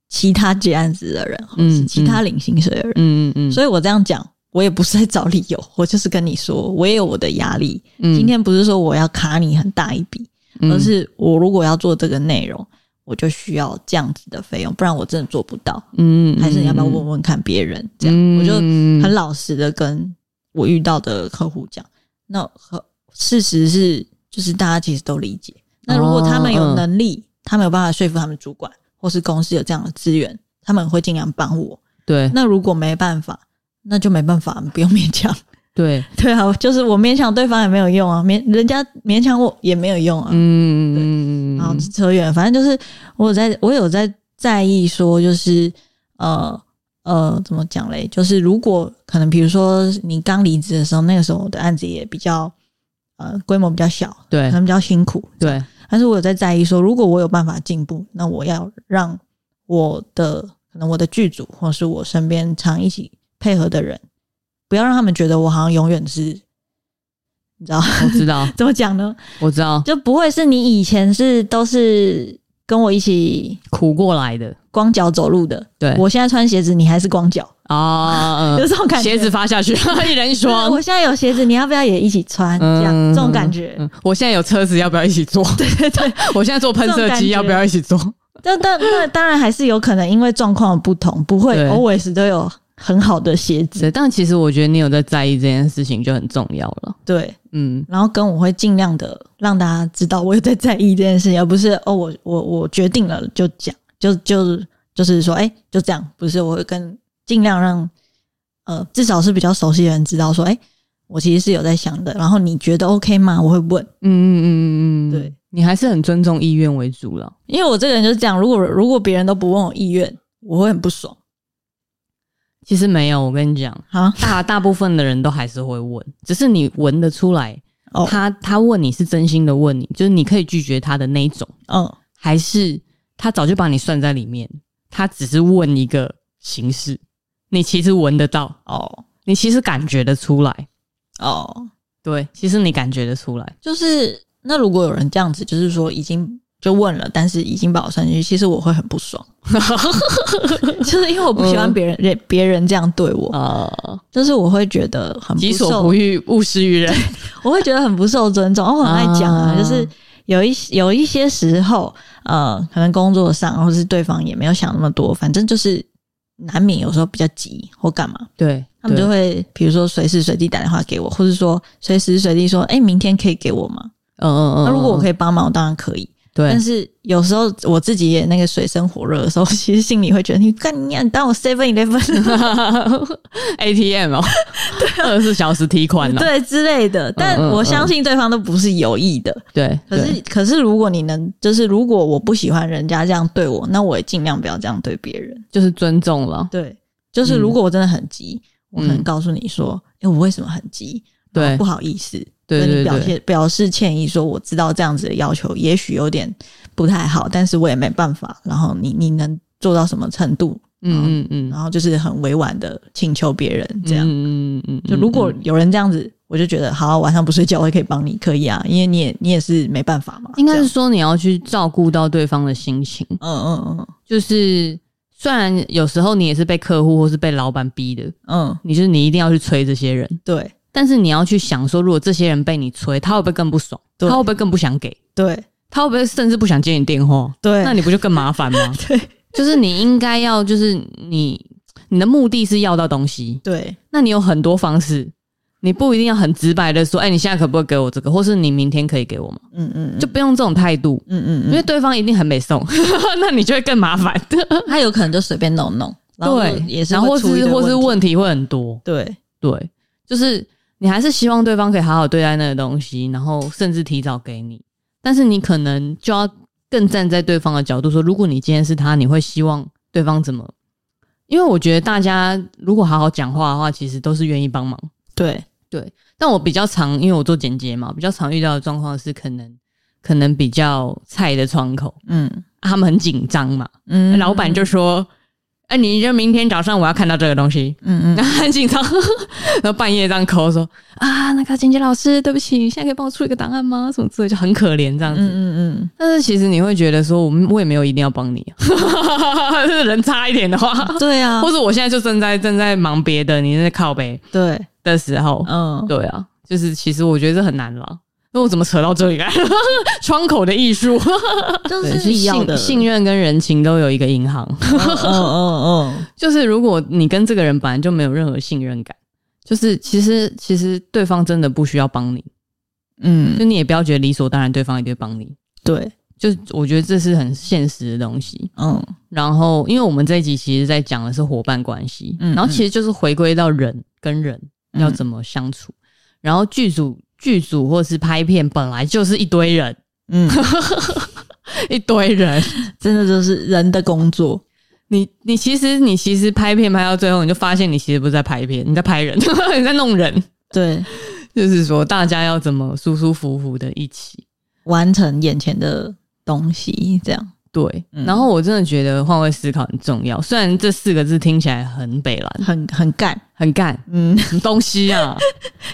Speaker 1: 其他接案子的人，或
Speaker 2: 嗯
Speaker 1: 是其他领薪水的人。
Speaker 2: 嗯嗯嗯，
Speaker 1: 所以我这样讲，我也不是在找理由，我就是跟你说，我也有我的压力。
Speaker 2: 以
Speaker 1: 今天不是说我要卡你很大一笔，
Speaker 2: 嗯
Speaker 1: 而是我如果要做这个内容，我就需要这样子的费用，不然我真的做不到。
Speaker 2: 嗯，嗯嗯
Speaker 1: 还是你要不要问问看别人？这样，我就很老实的跟我遇到的客户讲。那和事实是，就是大家其实都理解。那如果他们有能力，他们有办法说服他们主管或是公司有这样的资源，他们会尽量帮我。
Speaker 2: 对
Speaker 1: 那如果没办法，那就没办法，不用勉强。
Speaker 2: 对，
Speaker 1: 对啊，就是我勉强对方也没有用啊，勉人家勉强我也没有用啊。
Speaker 2: 嗯嗯嗯
Speaker 1: 然后扯远，反正就是我有在我有在在意说，就是呃呃，怎么讲嘞？就是如果可能，比如说你刚离职的时候，那个时候我的案子也比较呃规模比较小，可
Speaker 2: 对
Speaker 1: 能比较辛苦，
Speaker 2: 对
Speaker 1: 但是我有在在意说，如果我有办法进步，那我要让我的可能我的剧组或是我身边常一起配合的人，不要让他们觉得我好像永远是，你知道
Speaker 2: 我知道，
Speaker 1: 怎么讲呢？
Speaker 2: 我知道，
Speaker 1: 就不会是你以前是都是跟我一起
Speaker 2: 苦过来的，
Speaker 1: 光脚走路的，
Speaker 2: 对
Speaker 1: 我现在穿鞋子，你还是光 脚，
Speaker 2: 啊，嗯
Speaker 1: 有这种感觉。
Speaker 2: 鞋子发下去，一人一
Speaker 1: 对
Speaker 2: 双
Speaker 1: 我。现在有鞋子，你要不要也一起穿？这样这种感觉，
Speaker 2: 啊嗯我现在有车子，要不要一起坐？对对对，我现在做喷
Speaker 1: 这种
Speaker 2: 射
Speaker 1: 感
Speaker 2: 机，
Speaker 1: 觉
Speaker 2: 要不要一起做？
Speaker 1: 但但那当然还是有可能，因为状况不同，不会
Speaker 2: 对
Speaker 1: always 都有很好的鞋子。
Speaker 2: 对，但其实我觉得你有在在意这件事情就很重要了。
Speaker 1: 对，
Speaker 2: 嗯，
Speaker 1: 然后跟我会尽量的让大家知道我有在在意这件事情，而不是哦，我我我决定了就讲，就就就是说，哎、就这样，不是我会跟尽量让呃，至少是比较熟悉的人知道说，哎、我其实是有在想的。然后你觉得 OK 吗？我会问，
Speaker 2: 嗯嗯嗯嗯嗯，
Speaker 1: 对，
Speaker 2: 你还是很尊重意愿为主了。
Speaker 1: 因为我这个人就是这样，如果如果别人都不问我意愿，我会很不爽。
Speaker 2: 其实没有，我跟你讲，
Speaker 1: 啊，
Speaker 2: 大大部分的人都还是会问，只是你闻得出来，
Speaker 1: 哦，
Speaker 2: 他他问你是真心的问你，就是你可以拒绝他的那一种，
Speaker 1: 嗯，
Speaker 2: 还是他早就把你算在里面，他只是问一个形式，你其实闻得到，
Speaker 1: 哦
Speaker 2: 你其实感觉得出来，
Speaker 1: 哦，
Speaker 2: 对，其实你感觉得出来，
Speaker 1: 就是那如果有人这样子，就是说已经就问了，但是已经把我算进去，其实我会很不 爽，就是因为我不喜欢别人
Speaker 2: 嗯
Speaker 1: 人别、人这样对我，
Speaker 2: 呃，
Speaker 1: 就是我会觉得很不
Speaker 2: 己所
Speaker 1: 受
Speaker 2: 不欲，勿施于人，
Speaker 1: 我会觉得很不受尊重。哦，我很爱讲啊，
Speaker 2: 啊
Speaker 1: 就是有一些有一些时候，呃，可能工作上，或是对方也没有想那么多，反正就是难免有时候比较急或干嘛，
Speaker 2: 对，
Speaker 1: 他们就
Speaker 2: 对，
Speaker 1: 会比如说随时随地打电话给我，或是说随时随地说，哎、明天可以给我吗？
Speaker 2: 嗯嗯嗯，
Speaker 1: 那、如果我
Speaker 2: 以，
Speaker 1: 可以帮忙，我当然可以。
Speaker 2: 对
Speaker 1: 但， 是有时候我自己也那个水深火热的时候， 其实心里会觉得，你干你、啊、你当我 seven eleven
Speaker 2: ATM 哦，二十四小时提款哦，
Speaker 1: 对之类的，但
Speaker 2: 嗯嗯
Speaker 1: 我相信对方都不是有意的。
Speaker 2: 对，
Speaker 1: 可
Speaker 2: 对
Speaker 1: 是，可是，如果你能，就是如果我不喜欢人家这样对我，那我也尽量不要这样对别人。
Speaker 2: 就是尊重了，
Speaker 1: 对，就是
Speaker 2: 嗯
Speaker 1: 如果我真的很急，我可能
Speaker 2: 嗯
Speaker 1: 告诉你说，哎、我为什么很急？
Speaker 2: 对
Speaker 1: 哦然后不好意思，
Speaker 2: 对
Speaker 1: 跟你
Speaker 2: 对
Speaker 1: 表
Speaker 2: 对，
Speaker 1: 现表示歉意，说我知道这样子的要求也许有点不太好，但是我也没办法。然后你你能做到什么程度？
Speaker 2: 嗯嗯嗯，
Speaker 1: 然后就是很委婉的请求别人哦这样。
Speaker 2: 嗯嗯嗯嗯，
Speaker 1: 就如果
Speaker 2: 嗯
Speaker 1: 有人这样子，我就觉得好，晚上不睡觉我也可以帮你，可以啊，因为你也你也是没办法嘛。
Speaker 2: 应该
Speaker 1: 这
Speaker 2: 是
Speaker 1: 样
Speaker 2: 说你要去照顾到对方的心情，
Speaker 1: 嗯嗯嗯
Speaker 2: 就是虽然有时候你也是被客户或是被老板逼的，
Speaker 1: 嗯，
Speaker 2: 你就是你一定要去催这些人，
Speaker 1: 对
Speaker 2: 但是你要去想说，如果这些人被你催，他会不会更不爽？
Speaker 1: 对
Speaker 2: 他会不会更不想给？
Speaker 1: 对
Speaker 2: 他会不会甚至不想接你电话？
Speaker 1: 对，
Speaker 2: 那你不就更麻烦吗？
Speaker 1: 对
Speaker 2: 就是你应该要，就是你你的目的是要到东西，
Speaker 1: 对
Speaker 2: 那你有很多方式，你不一定要很直白的说，哎、你现在可不可以给我这个，或是你明天可以给我吗？
Speaker 1: 嗯嗯
Speaker 2: 就不用这种态度。
Speaker 1: 嗯嗯
Speaker 2: 因
Speaker 1: 嗯，
Speaker 2: 为对方一定很没送， 那你就会更麻烦。
Speaker 1: 他有可能就随便弄弄，然后
Speaker 2: 对，
Speaker 1: 也是
Speaker 2: 然后或
Speaker 1: 会出一
Speaker 2: 是
Speaker 1: 堆
Speaker 2: 或是
Speaker 1: 问题
Speaker 2: 问题会很多，
Speaker 1: 对
Speaker 2: 对，就是你还是希望对方可以好好对待那个东西，然后甚至提早给你，但是你可能就要更站在对方的角度说，如果你今天是他，你会希望对方怎么？因为我觉得大家如果好好讲话的话，其实都是愿意帮忙。
Speaker 1: 对
Speaker 2: 但我比较常，因为我做剪接嘛，比较常遇到的状况是，可能可能比较菜的窗口，
Speaker 1: 嗯
Speaker 2: 啊他们很紧张嘛，
Speaker 1: 嗯
Speaker 2: 老板就说：“哎、你就明天早上我要看到这个东西。”
Speaker 1: 嗯嗯
Speaker 2: 然后 很紧张，然后半夜这样 call 说：“啊，那个剪辑老师，对不起，你现在可以帮我出一个档案吗？什么之类，就很可怜这样
Speaker 1: 嗯
Speaker 2: 子。
Speaker 1: 嗯嗯
Speaker 2: 但是其实你会觉得说，我们我也没有一定要帮 你，就是人差一点的 话，
Speaker 1: 嗯，对啊
Speaker 2: 或，者我现在就正在正在忙别的，你在靠北
Speaker 1: 对，
Speaker 2: 的时候，
Speaker 1: 嗯
Speaker 2: 对啊，就是其实我觉得这很难了。那我怎么扯到这里来？ 窗口的艺术，
Speaker 1: 都
Speaker 2: 对
Speaker 1: 是
Speaker 2: 信
Speaker 1: 一样的，
Speaker 2: 信任跟人情都有一个银行。
Speaker 1: 嗯嗯嗯
Speaker 2: 就是如果你跟这个人本来就没有任何信任感，就是其实其实对方真的不需要帮你，
Speaker 1: 嗯
Speaker 2: 就
Speaker 1: 嗯，
Speaker 2: 你也不要觉得理所当然对方一定会帮你。
Speaker 1: 对，
Speaker 2: 就是我觉得这是很现实的东西。
Speaker 1: 嗯
Speaker 2: 然后，因为我们这一集其实在讲的是伙伴关系，
Speaker 1: 嗯
Speaker 2: 然后其实就是回归到人跟人要怎么相处。然后剧组剧组或是拍片本来就是一堆人，
Speaker 1: 嗯，
Speaker 2: 一堆人。
Speaker 1: 真的就是人的工作，
Speaker 2: 你你其实你其实拍片拍到最后，你就发现你其实不是在拍片，你在拍人， 你在弄人。
Speaker 1: 对，
Speaker 2: 就是说大家要怎么舒舒服服的一起。
Speaker 1: 完成眼前的东西，这样，
Speaker 2: 对，
Speaker 1: 嗯
Speaker 2: 然后我真的觉得换位思考很重要。虽然这四个字听起来很北蓝，
Speaker 1: 很很干，
Speaker 2: 很干，
Speaker 1: 嗯，
Speaker 2: 什么东西啊？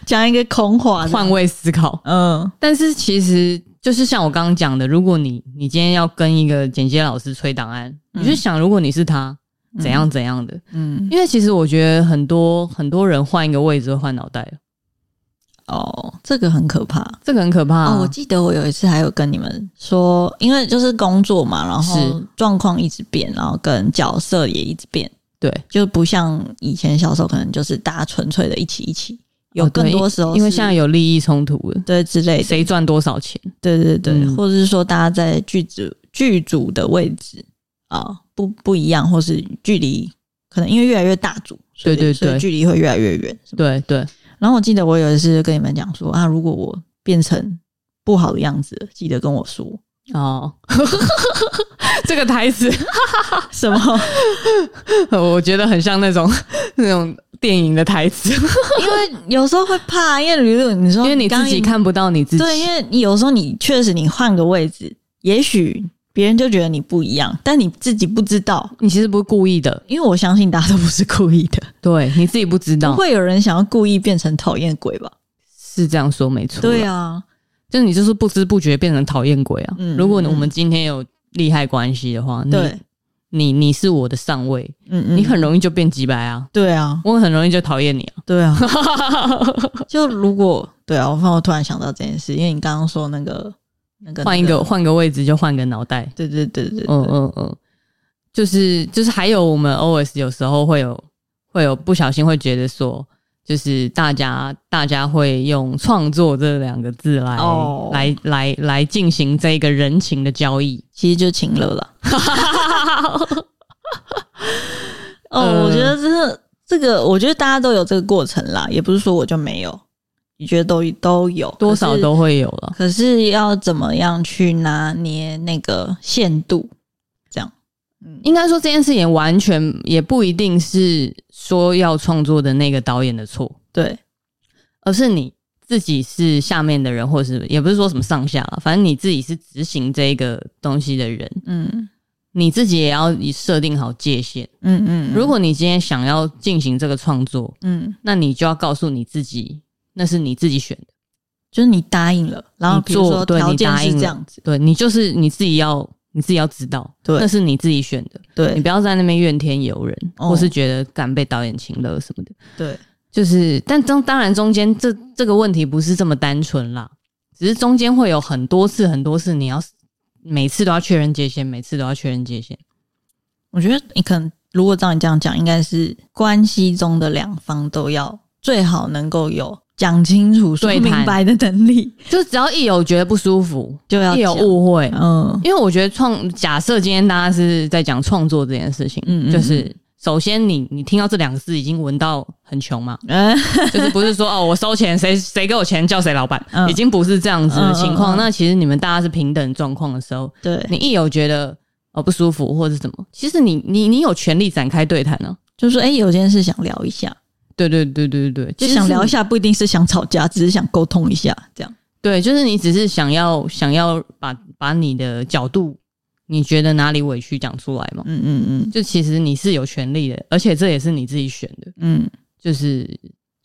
Speaker 1: 讲一个空话，
Speaker 2: 换，位思考。
Speaker 1: 嗯
Speaker 2: 但是其实就是像我刚刚讲的，如果你你今天要跟一个剪接老师催档案，
Speaker 1: 嗯
Speaker 2: 你就想如果你是他，怎样怎样的。
Speaker 1: 嗯，
Speaker 2: 因为其实我觉得很多很多人换一个位置会换脑袋了，
Speaker 1: 哦，这个很可怕，
Speaker 2: 这个很可怕、啊。
Speaker 1: 哦，我记得我有一次还有跟你们说，因为就是工作嘛，然后
Speaker 2: 是
Speaker 1: 状况一直变，然后跟角色也一直变，
Speaker 2: 对，
Speaker 1: 就不像以前小时候可能就是大家纯粹的一起一起，有
Speaker 2: 哦对
Speaker 1: 更多时候
Speaker 2: 因为
Speaker 1: 是
Speaker 2: 现在有利益冲突了，
Speaker 1: 对之类的，
Speaker 2: 谁赚多少钱？
Speaker 1: 对对对，
Speaker 2: 嗯
Speaker 1: 或者是说大家在剧组剧组的位置啊、不不一样，或是距离可能因为越来越大组，所以
Speaker 2: 对对
Speaker 1: 所以
Speaker 2: 对
Speaker 1: 距离会越来越远。什么
Speaker 2: 对对，
Speaker 1: 然后我记得我有一次跟你们讲说啊，如果我变成不好的样子了，记得跟我说。
Speaker 2: 哦，这个台词
Speaker 1: 什么？
Speaker 2: 我觉得很像那种 那种电影的台词，
Speaker 1: 因为有时候会怕，因为比如你说
Speaker 2: 因为你
Speaker 1: 哦刚
Speaker 2: 自己
Speaker 1: 一
Speaker 2: 看不到你自己。
Speaker 1: 对，因为你有时候你确实你换个位置，也许别人就觉得你不一样，但你自己不知道，
Speaker 2: 你其实不是故意的，
Speaker 1: 因为我相信大家都不是故意的，
Speaker 2: 对你自己不知
Speaker 1: 不
Speaker 2: 道，
Speaker 1: 会有人想要故意变成讨厌鬼吧？
Speaker 2: 是这样说没错。
Speaker 1: 对，啊，
Speaker 2: 就是你就是不知不觉变成讨厌鬼啊。
Speaker 1: 嗯
Speaker 2: 如果
Speaker 1: 嗯
Speaker 2: 我们今天有利害关系的话，你
Speaker 1: 对，
Speaker 2: 你你是我的上位，
Speaker 1: 嗯嗯，
Speaker 2: 你很容易就变鸡白啊，
Speaker 1: 对啊，
Speaker 2: 我很容易就讨厌你啊。
Speaker 1: 对 啊，就如果对啊，我反正我突然想到这件事，因为你刚刚说那个那个
Speaker 2: 换一个，换个位置就换个脑袋。
Speaker 1: 对对对对，
Speaker 2: 嗯
Speaker 1: 对
Speaker 2: 嗯嗯，就是就是，还有我们 OS 有时候会有会有不小心会觉得说，就是大家大家会用创作这两个字来、
Speaker 1: 哦
Speaker 2: 来来来进行这个人情的交易。
Speaker 1: 其实就情乐 了。哦，
Speaker 2: 嗯
Speaker 1: 我觉得这个这个，我觉得大家都有这个过程啦，也不是说我就没有，你觉得都都有，
Speaker 2: 多少都会有了。
Speaker 1: 可是，可是要怎么样去拿捏那个限度？这样，嗯，
Speaker 2: 应该说这件事情完全也不一定是说要创作的那个导演的错，
Speaker 1: 对，
Speaker 2: 而是你自己是下面的人，或是也不是说什么上下了，反正你自己是执行这个东西的人，
Speaker 1: 嗯
Speaker 2: 你自己也要设定好界限。
Speaker 1: 嗯嗯，
Speaker 2: 如果你今天想要进行这个创作，
Speaker 1: 嗯，
Speaker 2: 那你就要告诉你自己，那是你自己选的，
Speaker 1: 就是你答应了，然后
Speaker 2: 你
Speaker 1: 比如说
Speaker 2: 做对
Speaker 1: 条
Speaker 2: 你
Speaker 1: 件
Speaker 2: 答
Speaker 1: 是
Speaker 2: 应
Speaker 1: 这
Speaker 2: 了
Speaker 1: 样子，
Speaker 2: 对你就是你自己要，你自己要知道，
Speaker 1: 对
Speaker 2: 那是你自己选的，你
Speaker 1: 对
Speaker 2: 不要在那边怨天尤人，
Speaker 1: 哦
Speaker 2: 或是觉得敢被导演请了什么的。
Speaker 1: 对，
Speaker 2: 就是，但当当然中间这这个问题不是这么单纯啦，只是中间会有很多次很多次，你要每次都要确认界限，每次都要确认界限。
Speaker 1: 我觉得你可能如果照你这样讲，应该是关系中的两方都要最好能够有讲清楚、说
Speaker 2: 对
Speaker 1: 明
Speaker 2: 谈
Speaker 1: 白的能力，
Speaker 2: 就只要一有觉得不舒服，
Speaker 1: 就要
Speaker 2: 一有
Speaker 1: 讲
Speaker 2: 误会，
Speaker 1: 嗯
Speaker 2: 因为我觉得创假设今天大家是在讲创作这件事情，
Speaker 1: 嗯嗯
Speaker 2: 就是首先你你听到这两个字已经闻到很 穷嘛，
Speaker 1: 嗯
Speaker 2: 就是不是说哦我收钱谁谁给我钱叫谁老板，
Speaker 1: 嗯
Speaker 2: 已经不是这样子的情
Speaker 1: 嗯
Speaker 2: 况。
Speaker 1: 嗯嗯
Speaker 2: 那其实你们大家是平等状况的时候，
Speaker 1: 对，
Speaker 2: 你一有觉得哦不舒服或者什么，其实你你你有权利展开对谈啊。
Speaker 1: 就说哎、诶有件事想聊一下，
Speaker 2: 对对对对对，
Speaker 1: 就想聊一
Speaker 2: 下。
Speaker 1: 下，不一定是想吵架，只是想沟通一下，这样。
Speaker 2: 对，就是你只是想要想要把把你的角度，你觉得哪里委屈讲出来嘛？
Speaker 1: 嗯嗯嗯
Speaker 2: 就其实你是有权利的，而且这也是你自己选的。
Speaker 1: 嗯，
Speaker 2: 就是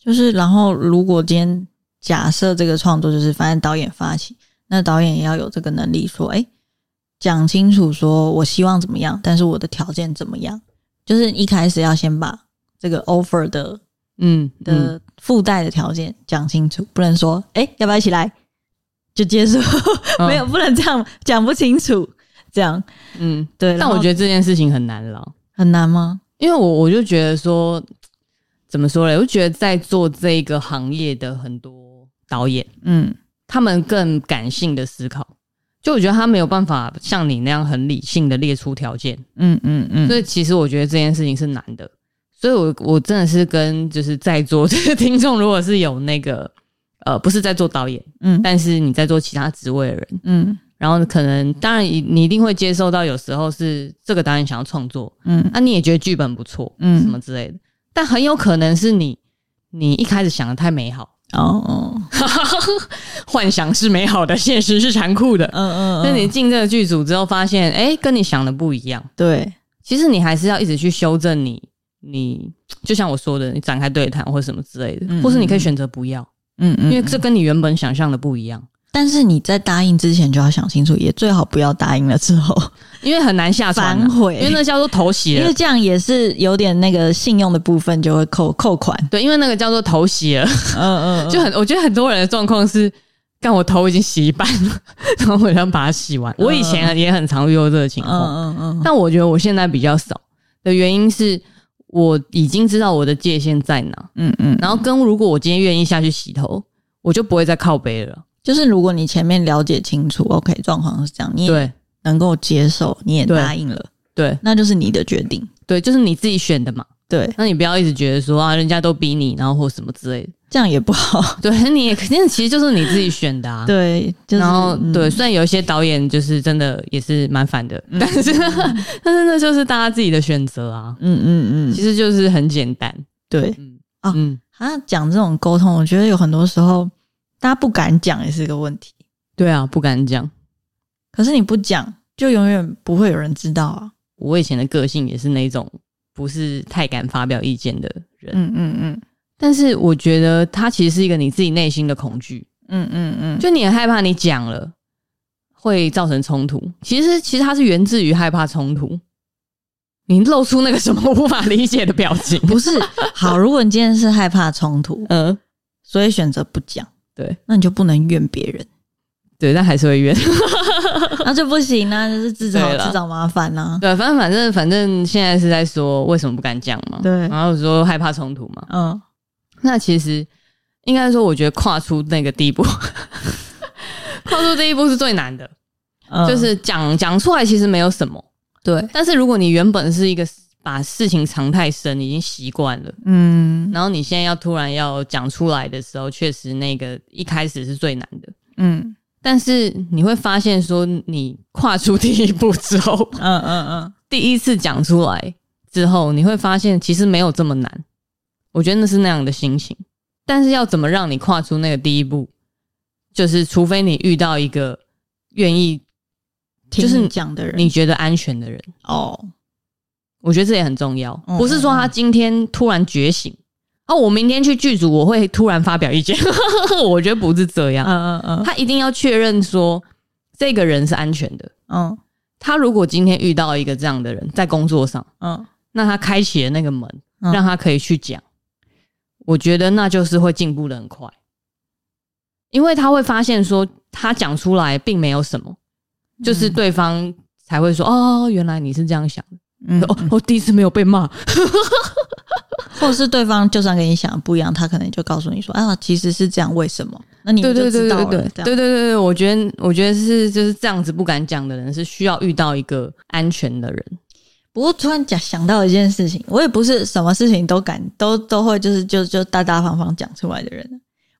Speaker 1: 就是然后如果今天假设这个创作就是反正导演发起，那导演也要有这个能力说，哎、讲清楚说我希望怎么样，但是我的条件怎么样，就是一开始要先把这个 offer 的
Speaker 2: 嗯嗯，
Speaker 1: 的附带的条件讲清楚，不能说哎、诶要不要一起来就接受，
Speaker 2: 嗯
Speaker 1: 没有不能这样讲不清楚，这样
Speaker 2: 嗯，
Speaker 1: 对。
Speaker 2: 但我觉
Speaker 1: 得
Speaker 2: 得这件事情很难了，
Speaker 1: 很难吗？
Speaker 2: 因为我我就觉得说，怎么说嘞？我就觉得在做这个行业的很多导演，
Speaker 1: 嗯
Speaker 2: 他们更感性的思考。就我觉得他没有办法像你那样很理性的列出条件，
Speaker 1: 嗯嗯嗯
Speaker 2: 所以其实我觉得这件事情是难的。所以我我真的是跟就是在座的 听众，如果是有那个呃不是在做导演，
Speaker 1: 嗯
Speaker 2: 但是你在做其他职位的人，
Speaker 1: 嗯
Speaker 2: 然后可能当然你你一定会接受到有时候是这个导演想要创作，
Speaker 1: 嗯
Speaker 2: 那、你也觉得剧本不错，
Speaker 1: 嗯
Speaker 2: 什么之类的，但很有可能是你你一开始想的太美好，
Speaker 1: 哦哦
Speaker 2: 幻想是美好的，现实是残酷的。
Speaker 1: 嗯嗯，
Speaker 2: 那、你进这个剧组之后，发现哎、诶跟你想的不一样，
Speaker 1: 对
Speaker 2: 其实你还是要一直去修正你，你就像我说的，你展开对谈或什么之类的，
Speaker 1: 嗯
Speaker 2: 或是你可以选择不要，
Speaker 1: 嗯嗯，
Speaker 2: 因为这跟你原本想象的不一样，
Speaker 1: 但是你在答应之前就要想清楚，也最好不要答应了之 后，
Speaker 2: 因为很难下船、
Speaker 1: 反
Speaker 2: 啊，
Speaker 1: 悔
Speaker 2: 因为那叫做头洗
Speaker 1: 因
Speaker 2: 了
Speaker 1: 为。这样也是有点那个信用的部分就会扣扣款。
Speaker 2: 对，因为那个叫做头洗了，
Speaker 1: 嗯嗯
Speaker 2: 就很我觉得很多人的状况是，干我头已经洗一半了， 然后我想把它洗完。我以前也很常遇到这个情
Speaker 1: 嗯
Speaker 2: 况，
Speaker 1: 嗯嗯嗯
Speaker 2: 但我觉得我现在比较少的原因是，我已经知道我的界限在哪。
Speaker 1: 嗯嗯，
Speaker 2: 然后跟如果我今天愿意下去洗头，我就不会再靠背了。
Speaker 1: 就是如果你前面了解清楚，OK，状况是这样，你也
Speaker 2: 对
Speaker 1: 能够接受，你也
Speaker 2: 对
Speaker 1: 答应了，
Speaker 2: 对
Speaker 1: 那就是你的决定。
Speaker 2: 对，就是你自己选的嘛。
Speaker 1: 对，
Speaker 2: 那你不要一直觉得说啊，人家都逼你，然后或什么之 类的。
Speaker 1: 这样也不 好。
Speaker 2: 对，你也肯定其实就是你自己选的啊。。
Speaker 1: 对，就是
Speaker 2: 然后、
Speaker 1: 嗯
Speaker 2: 对，虽然有一些导演就是真的也是蛮反的，
Speaker 1: 嗯
Speaker 2: 但是 但是那就是大家自己的选择啊，
Speaker 1: 嗯嗯嗯，
Speaker 2: 其实就是很简单。
Speaker 1: 对
Speaker 2: 嗯
Speaker 1: 啊
Speaker 2: 嗯，
Speaker 1: 啊，讲这种沟通，我觉得有很多时候大家不敢讲也是个问题。
Speaker 2: 对啊，不敢讲。
Speaker 1: 可是你不讲，就永远不会有人知道啊。
Speaker 2: 我以前的个性也是那种不是太敢发表意见的人，
Speaker 1: 嗯嗯嗯
Speaker 2: 但是我觉得它其实是一个你自己内心的恐惧，
Speaker 1: 嗯嗯嗯，
Speaker 2: 就你很害怕你讲了会造成冲突。其实其实它是源自于害怕冲突，你露出那个什么无法理解的表 情，
Speaker 1: 不是好。如果你今天是害怕冲突，
Speaker 2: 嗯，
Speaker 1: 所以选择不讲，
Speaker 2: 对
Speaker 1: 那你就不能怨别 人，
Speaker 2: 对，但还是会怨。
Speaker 1: 那就不行啊，就是自找
Speaker 2: 对啦
Speaker 1: 自找麻烦啊。
Speaker 2: 对，反正反正反正现在是在说为什么不敢讲嘛，
Speaker 1: 对
Speaker 2: 然后说害怕冲突嘛。
Speaker 1: 嗯，
Speaker 2: 那其实应该说，我觉得跨出那个第一步， 跨出这一步是最难的，
Speaker 1: 嗯
Speaker 2: 就是讲讲出来其实没有什么，
Speaker 1: 对，
Speaker 2: 但是如果你原本是一个把事情常态生，已经习惯了，
Speaker 1: 嗯
Speaker 2: 然后你现在要突然要讲出来的时候，确实那个一开始是最难的。
Speaker 1: 嗯
Speaker 2: 但是你会发现，说你跨出第一步之后，
Speaker 1: 嗯嗯嗯，
Speaker 2: 第一次讲出来之后，你会发现其实没有这么难。我觉得那是那样的心情，但是要怎么让你跨出那个第一步，就是除非你遇到一个愿意
Speaker 1: 就
Speaker 2: 就是
Speaker 1: 是
Speaker 2: 你
Speaker 1: 讲的人，
Speaker 2: 你觉得安全的人，
Speaker 1: 哦，
Speaker 2: 我觉得这也很重要。
Speaker 1: 嗯
Speaker 2: 不是说他今天突然觉醒，哦，我明天去剧组我会突然发表意见， 我觉得不是这样。
Speaker 1: 嗯嗯
Speaker 2: 他一定要确认说这个人是安全的。
Speaker 1: 嗯
Speaker 2: 他如果今天遇到一个这样的人，在工作上，
Speaker 1: 嗯
Speaker 2: 那他开启了那个门，
Speaker 1: 嗯
Speaker 2: 让他可以去讲，我觉得那就是会进步的很快，因为他会发现说他讲出来并没有什么，
Speaker 1: 嗯
Speaker 2: 就是对方才会说、哦，原来你是这样想的，
Speaker 1: 嗯，
Speaker 2: 哦，我、第一次没有被骂，
Speaker 1: 或者是对方就算跟你想的不一样，他可能就告诉你说：“啊，其实是这样，为什么？”那你
Speaker 2: 对
Speaker 1: 就
Speaker 2: 对对
Speaker 1: 知道
Speaker 2: 对
Speaker 1: 了。
Speaker 2: 对
Speaker 1: 这
Speaker 2: 对
Speaker 1: 样
Speaker 2: 对对对，我觉得我觉得是就是这样子不敢讲的人是需要遇到一个安全的人，
Speaker 1: 不过突然讲想到一件事情，我也不是什么事情都敢都都会就是就就大大方方讲出来的人。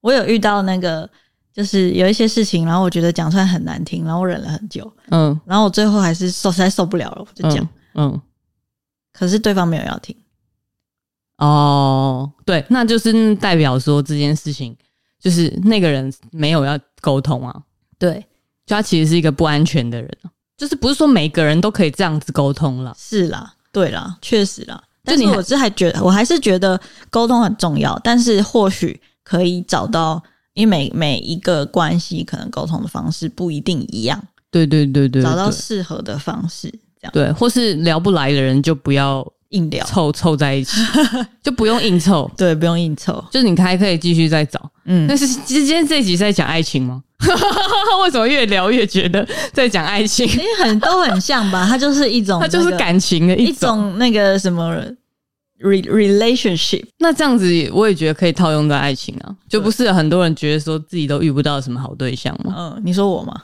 Speaker 1: 我有遇到那个就是有一些事情，然后我觉得讲出来很难听，然后我忍了很久，
Speaker 2: 嗯，
Speaker 1: 然后我最后还是受实在受不了了，我就讲。
Speaker 2: 嗯，嗯
Speaker 1: 可是对方没有要听，
Speaker 2: 哦，对，那就是代表说这件事情就是那个人没有要沟通啊，
Speaker 1: 对，
Speaker 2: 就他其实是一个不安全的人啊，就是不是说每个人都可以这样子沟通啦。
Speaker 1: 是啦，对啦，确实啦。但是
Speaker 2: 你还
Speaker 1: 我是还觉得，我还是觉得沟通很重要，但是或许可以找到，因为每每一个关系可能沟通的方式不一定一样，
Speaker 2: 对对对对，
Speaker 1: 找到
Speaker 2: 对
Speaker 1: 适合的方式，这样
Speaker 2: 对，或是聊不来的人就不要
Speaker 1: 硬聊。
Speaker 2: 凑凑 在一起，就不用硬凑，
Speaker 1: 对，不用硬凑。
Speaker 2: 就是你还可以继续再找。
Speaker 1: 嗯
Speaker 2: 但是今天这集在讲爱情吗？ 为什么越聊越觉得在讲爱情？
Speaker 1: 因为很都很像吧，它就是一种、
Speaker 2: 它就是
Speaker 1: 哦那个
Speaker 2: 感情的一
Speaker 1: 一
Speaker 2: 种。
Speaker 1: 种那个什么 re relationship。
Speaker 2: 那这样子，我也觉得可以套用在爱情啊，就不是很多人觉得说自己都遇不到什么好对象 嘛。
Speaker 1: 嗯，你说我吗？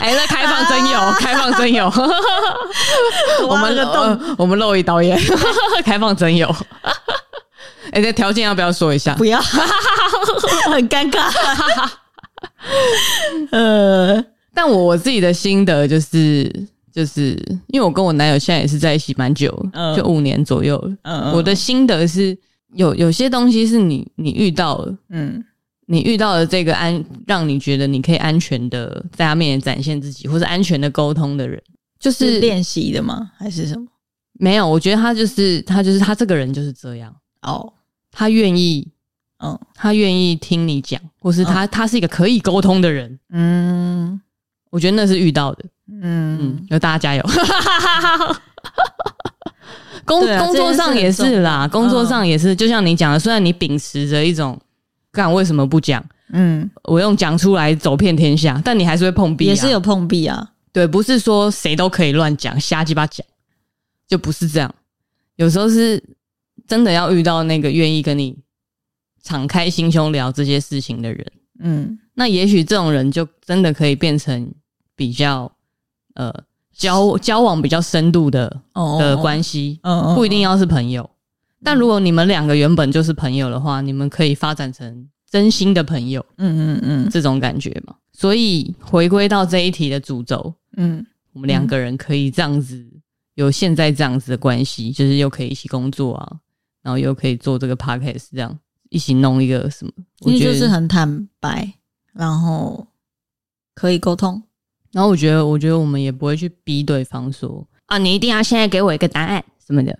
Speaker 2: 哎、那开放真有，开放真有。 我
Speaker 1: 挖
Speaker 2: 们
Speaker 1: 了个洞，
Speaker 2: 呃我们漏一导演，开放真 有。哎、这条件要不要说一下
Speaker 1: 不？要， 很尴尬。呃，
Speaker 2: 但我我自己的心得就是，就是因为我跟我男友现在也是在一起蛮久了，
Speaker 1: 嗯
Speaker 2: 就五年左右了。
Speaker 1: 嗯
Speaker 2: 我的心得是，有有些东西是你你遇到了，
Speaker 1: 嗯
Speaker 2: 你遇到了这个安，让你觉得你可以安全的在他面前展现自己，或是安全的沟通的人，就是是
Speaker 1: 练习的吗？还是什么？
Speaker 2: 没有。我觉得他就是他就是他这个人就是这样，
Speaker 1: 哦，
Speaker 2: 他愿意
Speaker 1: 嗯
Speaker 2: 他愿意听你讲，或是他、他是一个可以沟通的人，
Speaker 1: 嗯
Speaker 2: 我觉得那是遇到的。嗯
Speaker 1: 嗯，，
Speaker 2: 有大家加油。 工、
Speaker 1: 对啊
Speaker 2: 工作上也是
Speaker 1: 这件
Speaker 2: 啦，
Speaker 1: 事很重要
Speaker 2: 工作上也是，就像你讲的，虽然你秉持着一种干为什么不讲，
Speaker 1: 嗯，
Speaker 2: 我用讲出来走遍天下，但你还是会碰壁、啊，
Speaker 1: 也是有碰壁啊。
Speaker 2: 对，不是说谁都可以乱讲，瞎鸡巴讲，就不是这样。有时候是真的要遇到那个愿意跟你敞开心胸聊这些事情的人，
Speaker 1: 嗯，
Speaker 2: 那也许这种人就真的可以变成比较呃交交往比较深度的
Speaker 1: 哦
Speaker 2: 的关系，
Speaker 1: 嗯嗯，
Speaker 2: 不一定要是朋友。但如果你们两个原本就是朋友的话，你们可以发展成真心的朋友
Speaker 1: 嗯，嗯嗯
Speaker 2: 这种感觉嘛。所以回归到这一题的主轴，
Speaker 1: 嗯
Speaker 2: 我们两个人可以这样子有现在这样子的关系，就是又可以一起工作啊，然后又可以做这个 podcast，这样一起弄一个什么？
Speaker 1: 嗯，
Speaker 2: 我
Speaker 1: 因为
Speaker 2: 觉
Speaker 1: 就
Speaker 2: 得
Speaker 1: 是很坦白，然后可以沟通。
Speaker 2: 然后我觉得，我觉得我们也不会去逼对方说啊，你一定要现在给我一个答案什么的，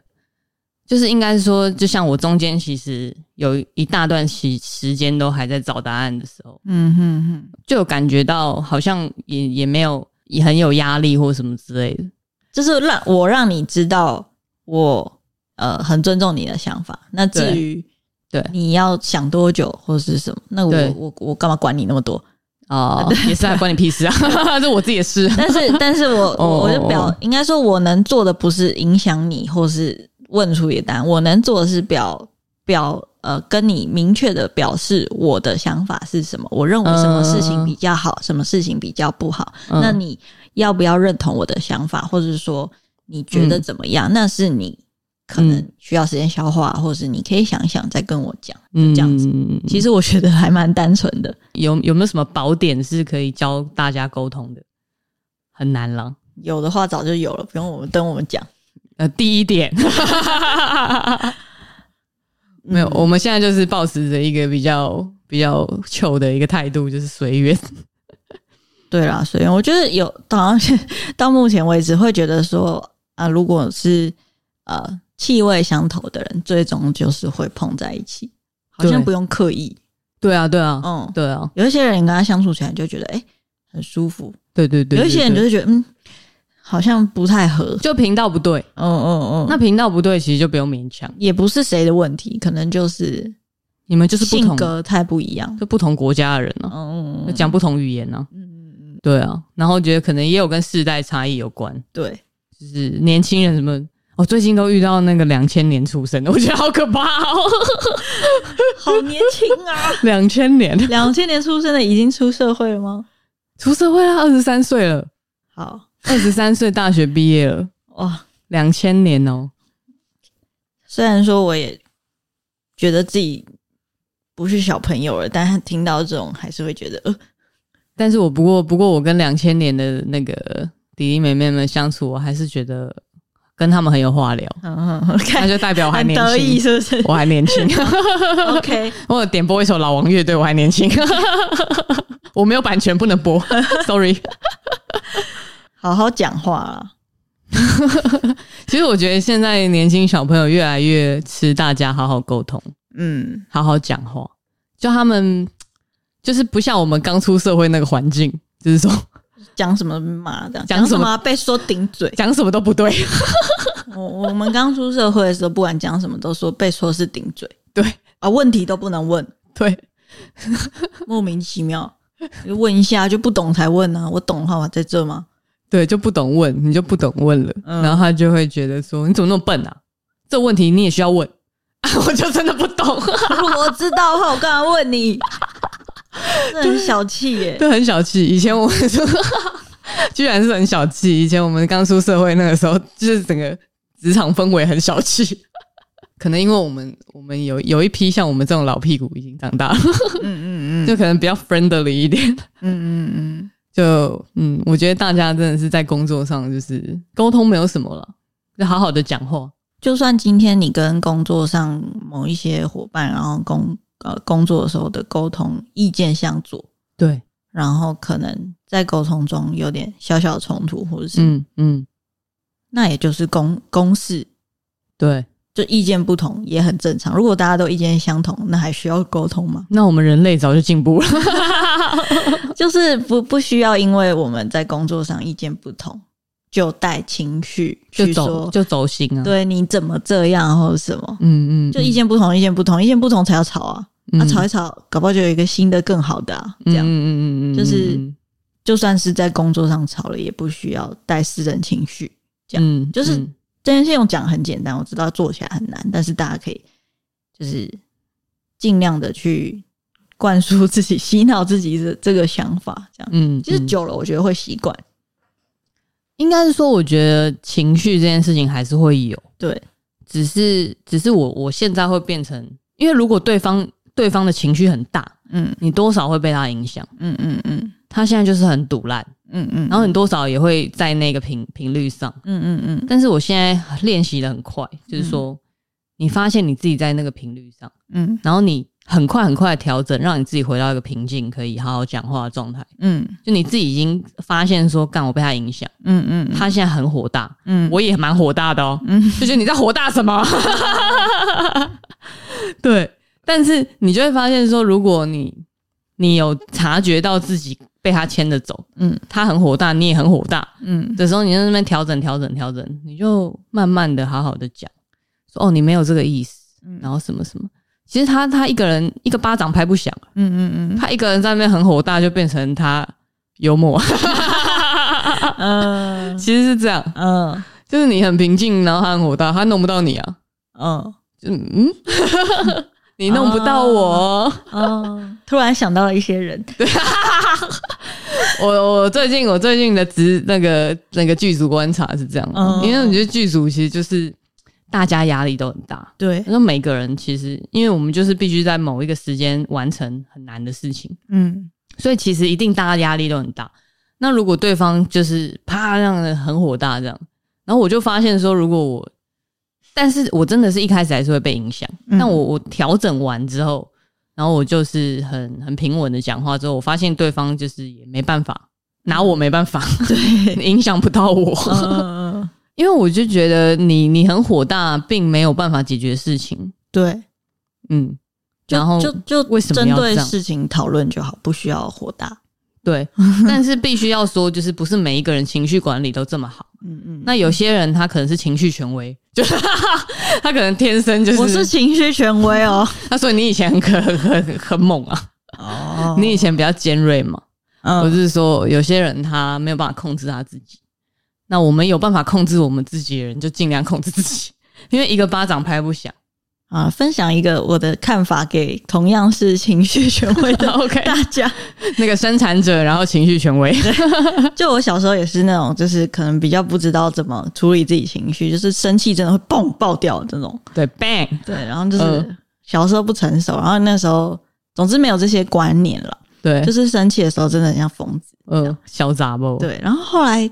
Speaker 2: 就是应该是说，就像我中间其实有一大段时时间都还在找答案的时候，
Speaker 1: 嗯哼哼，
Speaker 2: 就有感觉到好像也也没有也很有压力或什么之类的。
Speaker 1: 就是让我让你知道我呃很尊重你的想法。那至
Speaker 2: 对
Speaker 1: 于
Speaker 2: 对
Speaker 1: 你要想多久或是什么，那我
Speaker 2: 对
Speaker 1: 我我干嘛管你那么多？
Speaker 2: 哦，也是啊，关你屁事啊！ 这我自己也是。
Speaker 1: 但是但是我
Speaker 2: 哦
Speaker 1: 我我就
Speaker 2: 哦
Speaker 1: 表
Speaker 2: 哦
Speaker 1: 应该说我能做的不是影响你或是问出一个答案，我能做的是表表呃跟你明确的表示我的想法是什么，我认为什么事情比较好，什么事情比较不好。
Speaker 2: 嗯
Speaker 1: 那你要不要认同我的想法，或者是说你觉得怎么样？那是你可能需要时间消化，或是你可以想一想再跟我讲。
Speaker 2: 嗯
Speaker 1: 这样子其实我觉得还蛮单纯的，
Speaker 2: 有有没有什么宝典是可以教大家沟通的？很难了。
Speaker 1: 有的话早就有了，不用我们等我们讲。
Speaker 2: 呃，第一点没有，我们现在就是保持着一个比较比较糗的一个态度，就是随缘。
Speaker 1: 对啦，所以我觉得有，好像 到目前为止会觉得说啊、如果是呃气味相投的人，最终就是会碰在一起，好像
Speaker 2: 对
Speaker 1: 不用刻意。
Speaker 2: 对啊，对啊，
Speaker 1: 嗯，
Speaker 2: 对啊，
Speaker 1: 有一些人你跟他相处起来就觉得哎、诶很舒服，
Speaker 2: 对对对
Speaker 1: 有一些人就
Speaker 2: 对
Speaker 1: 是觉得嗯好像不太合。
Speaker 2: 就频道不对，
Speaker 1: 嗯嗯嗯，
Speaker 2: 那频道不对，其实就不用勉强，
Speaker 1: 也不是谁的问题，可能就是
Speaker 2: 你们就是不
Speaker 1: 性
Speaker 2: 同
Speaker 1: 格太不一样。
Speaker 2: 就不同国家的人啊，
Speaker 1: 嗯嗯
Speaker 2: 就
Speaker 1: 嗯
Speaker 2: 讲不同语言啊，
Speaker 1: 嗯嗯，
Speaker 2: 对啊，然后觉得可能也有跟世代差异有关，
Speaker 1: 对，
Speaker 2: 就是年轻人什么，我、最近都遇到那个两千年出生的，我觉得好可怕哦，
Speaker 1: 好年轻啊！
Speaker 2: 两千年
Speaker 1: 两千年出生的已经出社会了吗？
Speaker 2: 出社会了，二十三岁了，
Speaker 1: 好
Speaker 2: 二十三岁大学毕业了，
Speaker 1: 哇，
Speaker 2: 两千年哦，
Speaker 1: 虽然说我也觉得自己不是小朋友了，但是听到这种还是会觉得，呃，
Speaker 2: 但是我不过不过我跟两千年的那个弟弟妹妹们相处，我还是觉得跟他们很有话聊，
Speaker 1: 嗯嗯，
Speaker 2: 那
Speaker 1: 看
Speaker 2: 就代表我还
Speaker 1: 很
Speaker 2: 年
Speaker 1: 得意
Speaker 2: 轻，
Speaker 1: 是不是
Speaker 2: 我还 年轻。
Speaker 1: ？OK，
Speaker 2: 我有点播一首老王乐队，我还年轻， 我没有版权不能播 ，sorry。
Speaker 1: 好好讲话啊，
Speaker 2: 其实我觉得现在年轻小朋友越来越吃大家好好沟通、
Speaker 1: 嗯，
Speaker 2: 好好讲话，就他们就是不像我们刚出社会那个环境，就是说
Speaker 1: 讲什么嘛的，
Speaker 2: 讲什么。
Speaker 1: 啊、被说顶嘴
Speaker 2: 讲什么都不对，
Speaker 1: 我我们刚出社会的时候，不管讲什么都说被说是顶嘴
Speaker 2: 对
Speaker 1: 啊，问题都不能问，
Speaker 2: 对
Speaker 1: 莫名其妙。就问一下就不懂才问啊，我懂的话我在这吗？
Speaker 2: 对，就不懂问，你就不懂问了，
Speaker 1: 嗯
Speaker 2: 然后他就会觉得说你怎么那么笨啊？这问题你也需要问。 啊我就真的不懂，
Speaker 1: 如啊果我知道的话，我干嘛问你？ 这很小气耶、
Speaker 2: 就很小气。以前我们说， 居然是很小气。以前我们刚出社会那个时候，就是整个职场氛围很小气。可能因为我们我们有有一批像我们这种老屁股已经长大了，
Speaker 1: 嗯嗯嗯
Speaker 2: 就可能比较 friendly 一点。
Speaker 1: 嗯嗯
Speaker 2: 就嗯，我觉得大家真的是在工作上就是沟通没有什么了，就好好的讲话。
Speaker 1: 就算今天你跟工作上某一些伙伴，然后工呃工作的时候的沟通意见相左，
Speaker 2: 对，
Speaker 1: 然后可能在沟通中有点小小的冲突，或者是、
Speaker 2: 嗯嗯，
Speaker 1: 那也就是公公事，
Speaker 2: 对。
Speaker 1: 就意见不同也很正常。如果大家都意见相同，那还需要沟通吗？
Speaker 2: 那我们人类早就进步了。
Speaker 1: 就是不不需要因为我们在工作上意见不同，就带情绪
Speaker 2: 就
Speaker 1: 去
Speaker 2: 走
Speaker 1: 说，
Speaker 2: 就走心啊。，
Speaker 1: 对你怎么这样或者什么。
Speaker 2: 嗯嗯，
Speaker 1: 就意见不同，意见不同，意见不同才要吵啊！
Speaker 2: 嗯
Speaker 1: 啊，吵一吵，搞不好就有一个新的更好的啊。这样，
Speaker 2: 嗯嗯嗯嗯嗯，
Speaker 1: 就是就算是在工作上吵了，也不需要带私人情绪。这样
Speaker 2: 嗯
Speaker 1: 就是
Speaker 2: 嗯
Speaker 1: 这件事情我讲很简单，我知道做起来很难，但是大家可以就是尽量的去灌输自己、洗脑自己的这个想法。这样，
Speaker 2: 嗯，
Speaker 1: 其实
Speaker 2: 嗯
Speaker 1: 久了，我觉得会习惯。
Speaker 2: 应该是说，我觉得情绪这件事情还是会有，
Speaker 1: 对，
Speaker 2: 只是只是我我现在会变成，因为如果对方对方的情绪很大，
Speaker 1: 嗯
Speaker 2: 你多少会被他影响。
Speaker 1: 嗯嗯嗯
Speaker 2: 他现在就是很堵烂，
Speaker 1: 嗯嗯，
Speaker 2: 然后你多少也会在那个频频率上。
Speaker 1: 嗯嗯嗯
Speaker 2: 但是我现在练习的很快，就是说，你发现你自己在那个频率上，
Speaker 1: 嗯
Speaker 2: 然后你很快很快的调整，让你自己回到一个平静，可以好好讲话的状态。
Speaker 1: 嗯
Speaker 2: 就你自己已经发现说，干我被他影响，
Speaker 1: 嗯嗯嗯
Speaker 2: 他现在很火大，
Speaker 1: 嗯，
Speaker 2: 我也蛮火大 的哦。
Speaker 1: 嗯
Speaker 2: 就觉得你在火大什么？ 对，但是你就会发现说，如果你你有察觉到自己被他牵着走，
Speaker 1: 嗯
Speaker 2: 他很火大，你也很火大
Speaker 1: 嗯
Speaker 2: 的时候，你就在那边调整、调整、调整，你就慢慢的、好好的讲，说哦，你没有这个意思，
Speaker 1: 嗯
Speaker 2: 然后什么什么。其实他他一个人一个巴掌拍不响，
Speaker 1: 嗯嗯
Speaker 2: 他一个人在那边很火大，就变成他幽默。
Speaker 1: 嗯
Speaker 2: 其实是这样，
Speaker 1: 嗯
Speaker 2: 就是你很平静，然后他很火大，他弄不到你啊。
Speaker 1: 嗯
Speaker 2: 嗯， 你弄不到我。
Speaker 1: 嗯，突然想到了一些人，
Speaker 2: 我我最近我最近的职那个那个剧组观察是这样，
Speaker 1: 嗯
Speaker 2: 因为我觉得剧组其实就是大家压力都很大。
Speaker 1: 对，
Speaker 2: 那每个人其实，因为我们就是必须在某一个时间完成很难的事情，
Speaker 1: 嗯
Speaker 2: 所以其实一定大家压力都很大。那如果对方就是啪这样的很火大这样，然后我就发现说，如果我，但是我真的是一开始还是会被影响。
Speaker 1: 嗯
Speaker 2: 但我我调整完之后，然后我就是很很平稳的讲话之后，我发现对方就是也没办法拿我没办法，
Speaker 1: 对，
Speaker 2: 影响不到我，
Speaker 1: 嗯
Speaker 2: 因为我就觉得你你很火大，并没有办法解决事情。
Speaker 1: 对，
Speaker 2: 嗯，
Speaker 1: 就
Speaker 2: 然后
Speaker 1: 就就
Speaker 2: 为什么
Speaker 1: 针
Speaker 2: 要这
Speaker 1: 对
Speaker 2: 样
Speaker 1: 事情讨论就好，不需要火大。
Speaker 2: 对，但是必须要说，就是不是每一个人情绪管理都这么好。
Speaker 1: 嗯嗯，
Speaker 2: 那有些人他可能是情绪权威，就是 他可能天生就是，
Speaker 1: 我是情绪权威哦。
Speaker 2: 他说你以前很可很很很猛啊，
Speaker 1: 哦
Speaker 2: 你以前比较尖锐嘛，我
Speaker 1: 嗯
Speaker 2: 是说，有些人他没有办法控制他自己，那我们有办法控制我们自己的人，就尽量控制自己， 因为一个巴掌拍不响。
Speaker 1: 啊，分享一个我的看法给同样是情绪权威 的
Speaker 2: OK，
Speaker 1: 大家。
Speaker 2: 那个生产者，然后情绪权威，
Speaker 1: 就我小时候也是那种，就是可能比较不知道怎么处理自己情绪，就是生气真的会蹦爆掉的这种。
Speaker 2: 对，bang，
Speaker 1: 对，然后就是
Speaker 2: 嗯
Speaker 1: 小时候不成熟，然后那时候总之没有这些观念了，
Speaker 2: 对
Speaker 1: 就，是生气的时候真的很像疯子。
Speaker 2: 嗯，小杂不？，
Speaker 1: 对，然后后来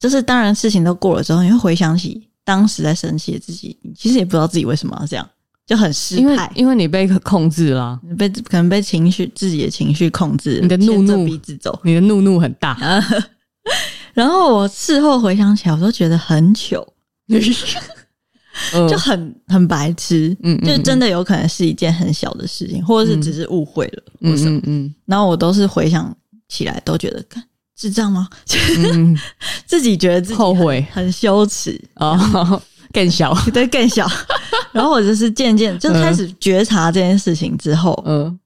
Speaker 1: 就是当然事情都过了之后，你会回想起当时在生气的自己，你其实也不知道自己为什么要这样，就很失
Speaker 2: 因为
Speaker 1: 态。
Speaker 2: 因为你被控制啦，
Speaker 1: 你被可能被情绪自己的情绪控制了，
Speaker 2: 你的怒
Speaker 1: 牵着
Speaker 2: 怒
Speaker 1: 鼻子走。
Speaker 2: 你的怒怒很大，
Speaker 1: 嗯然后我事后回想起来，我都觉得很糗，
Speaker 2: 嗯
Speaker 1: 就很很白痴。
Speaker 2: 嗯
Speaker 1: 就真的有可能是一件很小的事情，或者是只是误会了，
Speaker 2: 嗯
Speaker 1: 或什么。
Speaker 2: 嗯嗯
Speaker 1: 然后我都是回想起来都觉得，看智障吗？
Speaker 2: 嗯，
Speaker 1: 自己觉得自
Speaker 2: 嗯
Speaker 1: 己
Speaker 2: 后悔
Speaker 1: 很羞耻，
Speaker 2: 哦， 更 小，
Speaker 1: 对，更 小。然后我就是渐渐就开始觉察这件事情之后，
Speaker 2: 嗯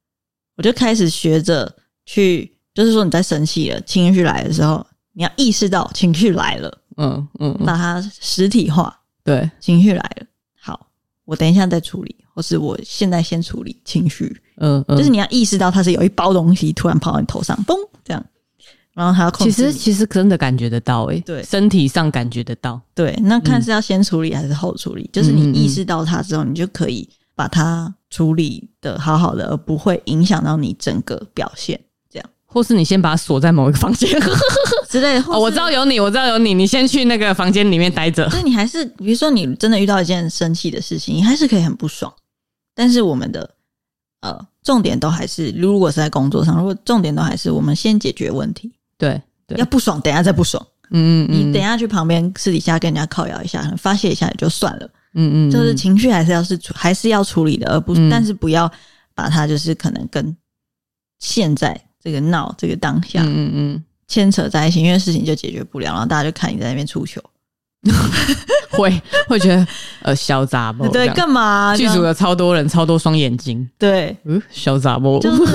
Speaker 1: 我就开始学着去，就是说你在生气了、情绪来的时候，你要意识到情绪来了，
Speaker 2: 嗯嗯，嗯
Speaker 1: 把它实体化。
Speaker 2: 对，
Speaker 1: 情绪来了，好，我等一下再处理，或是我现在先处理情绪，
Speaker 2: 嗯嗯，
Speaker 1: 就是你要意识到它是有一包东西突然跑到你头上，嘣，这样，然后它要控
Speaker 2: 其
Speaker 1: 制你。
Speaker 2: 实其实真的感觉得到，诶，
Speaker 1: 对
Speaker 2: 身体上感觉得到，
Speaker 1: 对，那
Speaker 2: 嗯
Speaker 1: 看是要先处理还是后处理，就是你意识到它之后，你就可以把它处理的好好的，而不会影响到你整个表现
Speaker 2: 或是你先把它锁在某一个房间。
Speaker 1: 之类的。 或
Speaker 2: 哦，
Speaker 1: 是
Speaker 2: 我知道有你，我知道有你，你先去那个房间里面待着。
Speaker 1: 所以你还是，比如说你真的遇到一件生气的事情，你还是可以很不爽。但是我们的呃重点都还是，如果是在工作上，如果重点都还是我们先解决问题，
Speaker 2: 对对
Speaker 1: 要，不爽，等一下再不爽。
Speaker 2: 嗯
Speaker 1: 你等一下去旁边私底下跟人家靠摇一下，发泄一下也就算了。
Speaker 2: 嗯嗯
Speaker 1: 就是情绪还是要是处还是要处理的，而不、
Speaker 2: 嗯
Speaker 1: 但是不要把它就是可能跟现在这个闹这个当下
Speaker 2: 嗯嗯嗯，
Speaker 1: 牵扯在一起，因为事情就解决不了，然后大家就看你在那边出糗，
Speaker 2: 会 会觉得呃小杂包，
Speaker 1: 对，
Speaker 2: 这样
Speaker 1: 干嘛？啊
Speaker 2: 剧组啊
Speaker 1: 这样
Speaker 2: 有超多人，超多双眼睛，
Speaker 1: 对，
Speaker 2: 嗯，小杂包，
Speaker 1: 就是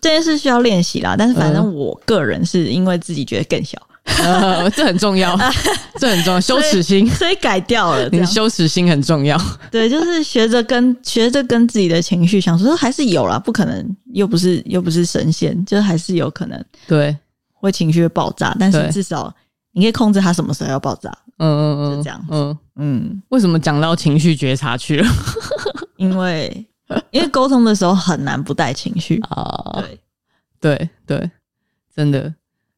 Speaker 1: 这件事需要练习啦。但是反
Speaker 2: 嗯
Speaker 1: 正我个人是因为自己觉得更小，
Speaker 2: 呃这很 重要，这很重要，羞耻心，
Speaker 1: 所以改掉了。这
Speaker 2: 你的
Speaker 1: 样
Speaker 2: 羞耻心很重要。
Speaker 1: 对，就是学着跟学着跟自己的情绪相处，还是有啦，不可能又不是又不是神仙，就是还是有可能
Speaker 2: 对，
Speaker 1: 会情绪会爆炸，但是
Speaker 2: 对
Speaker 1: 至少你可以控制它什么时候要爆炸。
Speaker 2: 嗯嗯嗯，
Speaker 1: 就这样子
Speaker 2: 嗯，
Speaker 1: 嗯，
Speaker 2: 为什么讲到情绪觉察 去了
Speaker 1: 因为因为沟通的时候很难不带情 绪。
Speaker 2: 啊？
Speaker 1: 对，
Speaker 2: 对对，真的，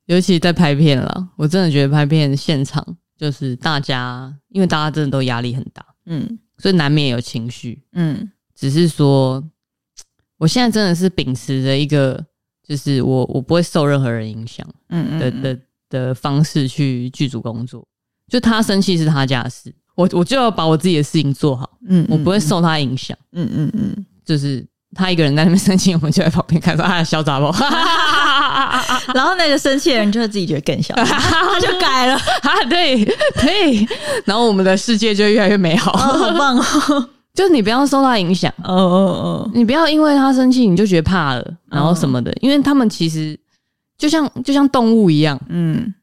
Speaker 2: 尤其在拍片了，我真的觉得拍片现场就是大家，因为大家真的都压力很大，
Speaker 1: 嗯
Speaker 2: 所以难免有情绪，
Speaker 1: 嗯
Speaker 2: 只是说我现在真的是秉持着一个，就是我我不会受任何人影响
Speaker 1: 嗯嗯
Speaker 2: 的
Speaker 1: 嗯
Speaker 2: 的的方式去剧组工作。就他生气是他家的事，我我就要把我自己的事情做好，
Speaker 1: 嗯，
Speaker 2: 我不会受他影响。
Speaker 1: 嗯嗯嗯，
Speaker 2: 就是他一个人在那边生气，我们就在旁边看说啊，小 杂毛，啊，
Speaker 1: 然后那个生气的人就会自己觉得更 小，他就改 了，
Speaker 2: 啊对对，然后我们的世界就越来越美
Speaker 1: 哦，
Speaker 2: 好。
Speaker 1: 好棒哦，
Speaker 2: 就是你不要受他影响，
Speaker 1: 哦哦
Speaker 2: 你不要因为他生气你就觉得怕了，然后什么的，因为他们其实就像就像动物一样，
Speaker 1: 嗯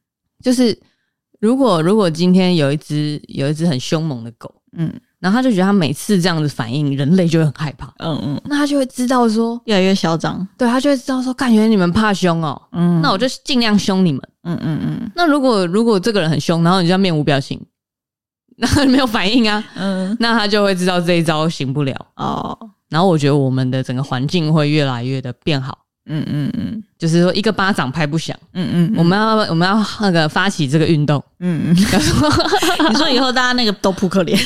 Speaker 2: 就是如果如果今天有一只有一只很凶猛的狗，
Speaker 1: 嗯
Speaker 2: 然后他就觉得他每次这样子反应，人类就会很害怕，
Speaker 1: 嗯嗯，
Speaker 2: 那他就会知道说，
Speaker 1: 越来越嚣张，
Speaker 2: 对他就会知道说，感觉你们怕凶哦，
Speaker 1: 嗯
Speaker 2: 那我就尽量凶你们。
Speaker 1: 嗯嗯
Speaker 2: 那如果如果这个人很凶，然后你就要面无表情， 那没有反应啊，
Speaker 1: 嗯嗯，
Speaker 2: 那他就会知道这一招行不了。
Speaker 1: 哦，
Speaker 2: 然后我觉得我们的整个环境会越来越的变好，
Speaker 1: 嗯嗯嗯
Speaker 2: 就是说一个巴掌拍不响，
Speaker 1: 嗯嗯，
Speaker 2: 我们要我们要那个发起这个运动，
Speaker 1: 嗯 嗯，你说以后大家那个都扑克脸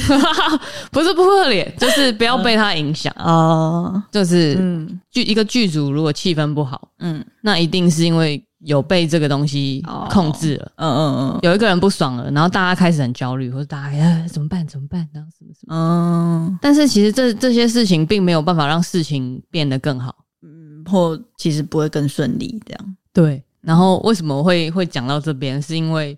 Speaker 2: 不是不可脸，就是不要被他影响。
Speaker 1: 哦，
Speaker 2: 就 是
Speaker 1: 嗯
Speaker 2: 剧一个剧组如果气氛不好，
Speaker 1: 嗯
Speaker 2: 那一定是因为有被这个东西
Speaker 1: 哦
Speaker 2: 控制了。
Speaker 1: 嗯嗯
Speaker 2: 有一个人不爽了，然后大家开始很焦虑，或者大家、哎怎么办？怎么办？然后什么什么。
Speaker 1: 嗯
Speaker 2: 但是其实这这些事情并没有办法让事情变得更好。
Speaker 1: 嗯，或其实不会更顺利这样，
Speaker 2: 对，然后为什么会会讲到这边，是因为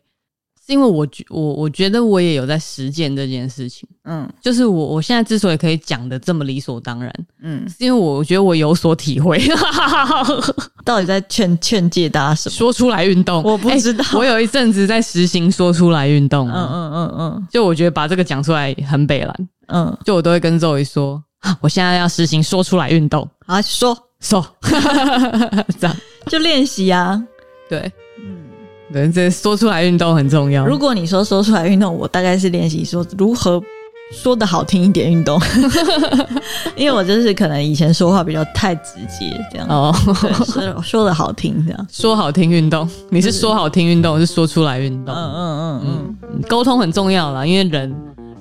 Speaker 2: 是因为我觉我我觉得我也有在实践这件事情，
Speaker 1: 嗯
Speaker 2: 就是我我现在之所以可以讲的这么理所当然，
Speaker 1: 嗯，
Speaker 2: 是因为我觉得我有所 体会，
Speaker 1: 到底在劝劝诫大家什么？
Speaker 2: 说出来运 动，
Speaker 1: 我不
Speaker 2: 哎
Speaker 1: 知道
Speaker 2: 我有一阵子在实行说出来运动
Speaker 1: 嗯
Speaker 2: 啊，
Speaker 1: 嗯嗯嗯
Speaker 2: 就我觉得把这个讲出来很北蓝，
Speaker 1: 嗯，
Speaker 2: 就我都会跟周瑜说，啊我现在要实行说出来运动，
Speaker 1: 好说
Speaker 2: 说 这样
Speaker 1: 就练习啊，
Speaker 2: 对。
Speaker 1: 嗯。
Speaker 2: 对，这说出来运动很重要。
Speaker 1: 如果你说说出来运动，我大概是练习说如何说的好听一点 运动，因为我就是可能以前说话比较太直接，这样、
Speaker 2: 哦，
Speaker 1: 对，说说的好听 这样。
Speaker 2: 说好听运动，你是说好听运动，是说出来运
Speaker 1: 嗯
Speaker 2: 动。
Speaker 1: 嗯嗯
Speaker 2: 沟通很重要啦，因为人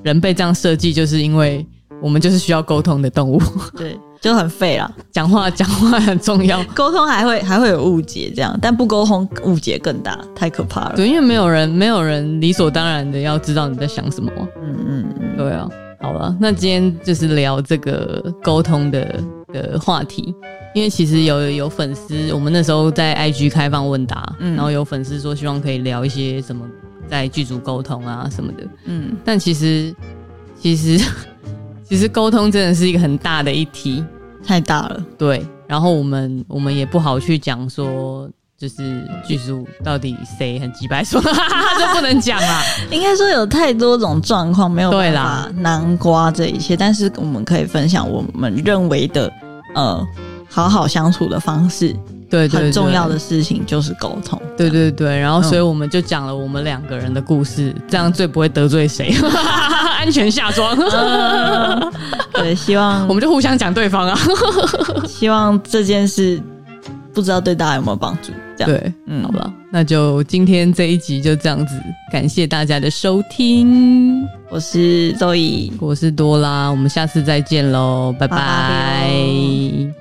Speaker 2: 人被这样设计，就是因为我们就是需要沟通的动物，
Speaker 1: 嗯，对，就很废啦。
Speaker 2: 讲话讲话很重要。
Speaker 1: 沟通还会还会有误解这样，但不沟通误解更大，太可怕了。
Speaker 2: 对，因为没有人没有人理所当然的要知道你在想什么嘛。
Speaker 1: 嗯嗯嗯，
Speaker 2: 对啊，好了，那今天就是聊这个沟通的的话题，因为其实有有粉丝，我们那时候在 IG 开放问答，
Speaker 1: 嗯
Speaker 2: 然后有粉丝说希望可以聊一些什么在剧组沟通啊什么的，
Speaker 1: 嗯
Speaker 2: 但其实其实 其实沟通真的是一个很大的一题，
Speaker 1: 太大了。
Speaker 2: 对，然后我们我们也不好去讲说。就是剧组到底谁很鸡白说，这不能讲啊。
Speaker 1: 应该说有太多种状况没有
Speaker 2: 对
Speaker 1: 办
Speaker 2: 啦
Speaker 1: 法南瓜这一切，但是我们可以分享我们认为的呃好好相处的方式。
Speaker 2: 对对对，
Speaker 1: 很重要的事情就是沟通。
Speaker 2: 对对对，然后
Speaker 1: 嗯
Speaker 2: 所以我们就讲了我们两个人的故事，这样最不会得罪谁，安全下装，
Speaker 1: 嗯 对，希望
Speaker 2: 我们就互相讲对方啊。
Speaker 1: 希望这件事不知道对大家有没有帮助。这样，
Speaker 2: 对，
Speaker 1: 嗯
Speaker 2: 好吧，那就今天这一集就这样子，感谢大家的收听，
Speaker 1: 我是周易。
Speaker 2: 我是多拉，我们下次再见喽，拜
Speaker 1: 拜
Speaker 2: 拜
Speaker 1: 拜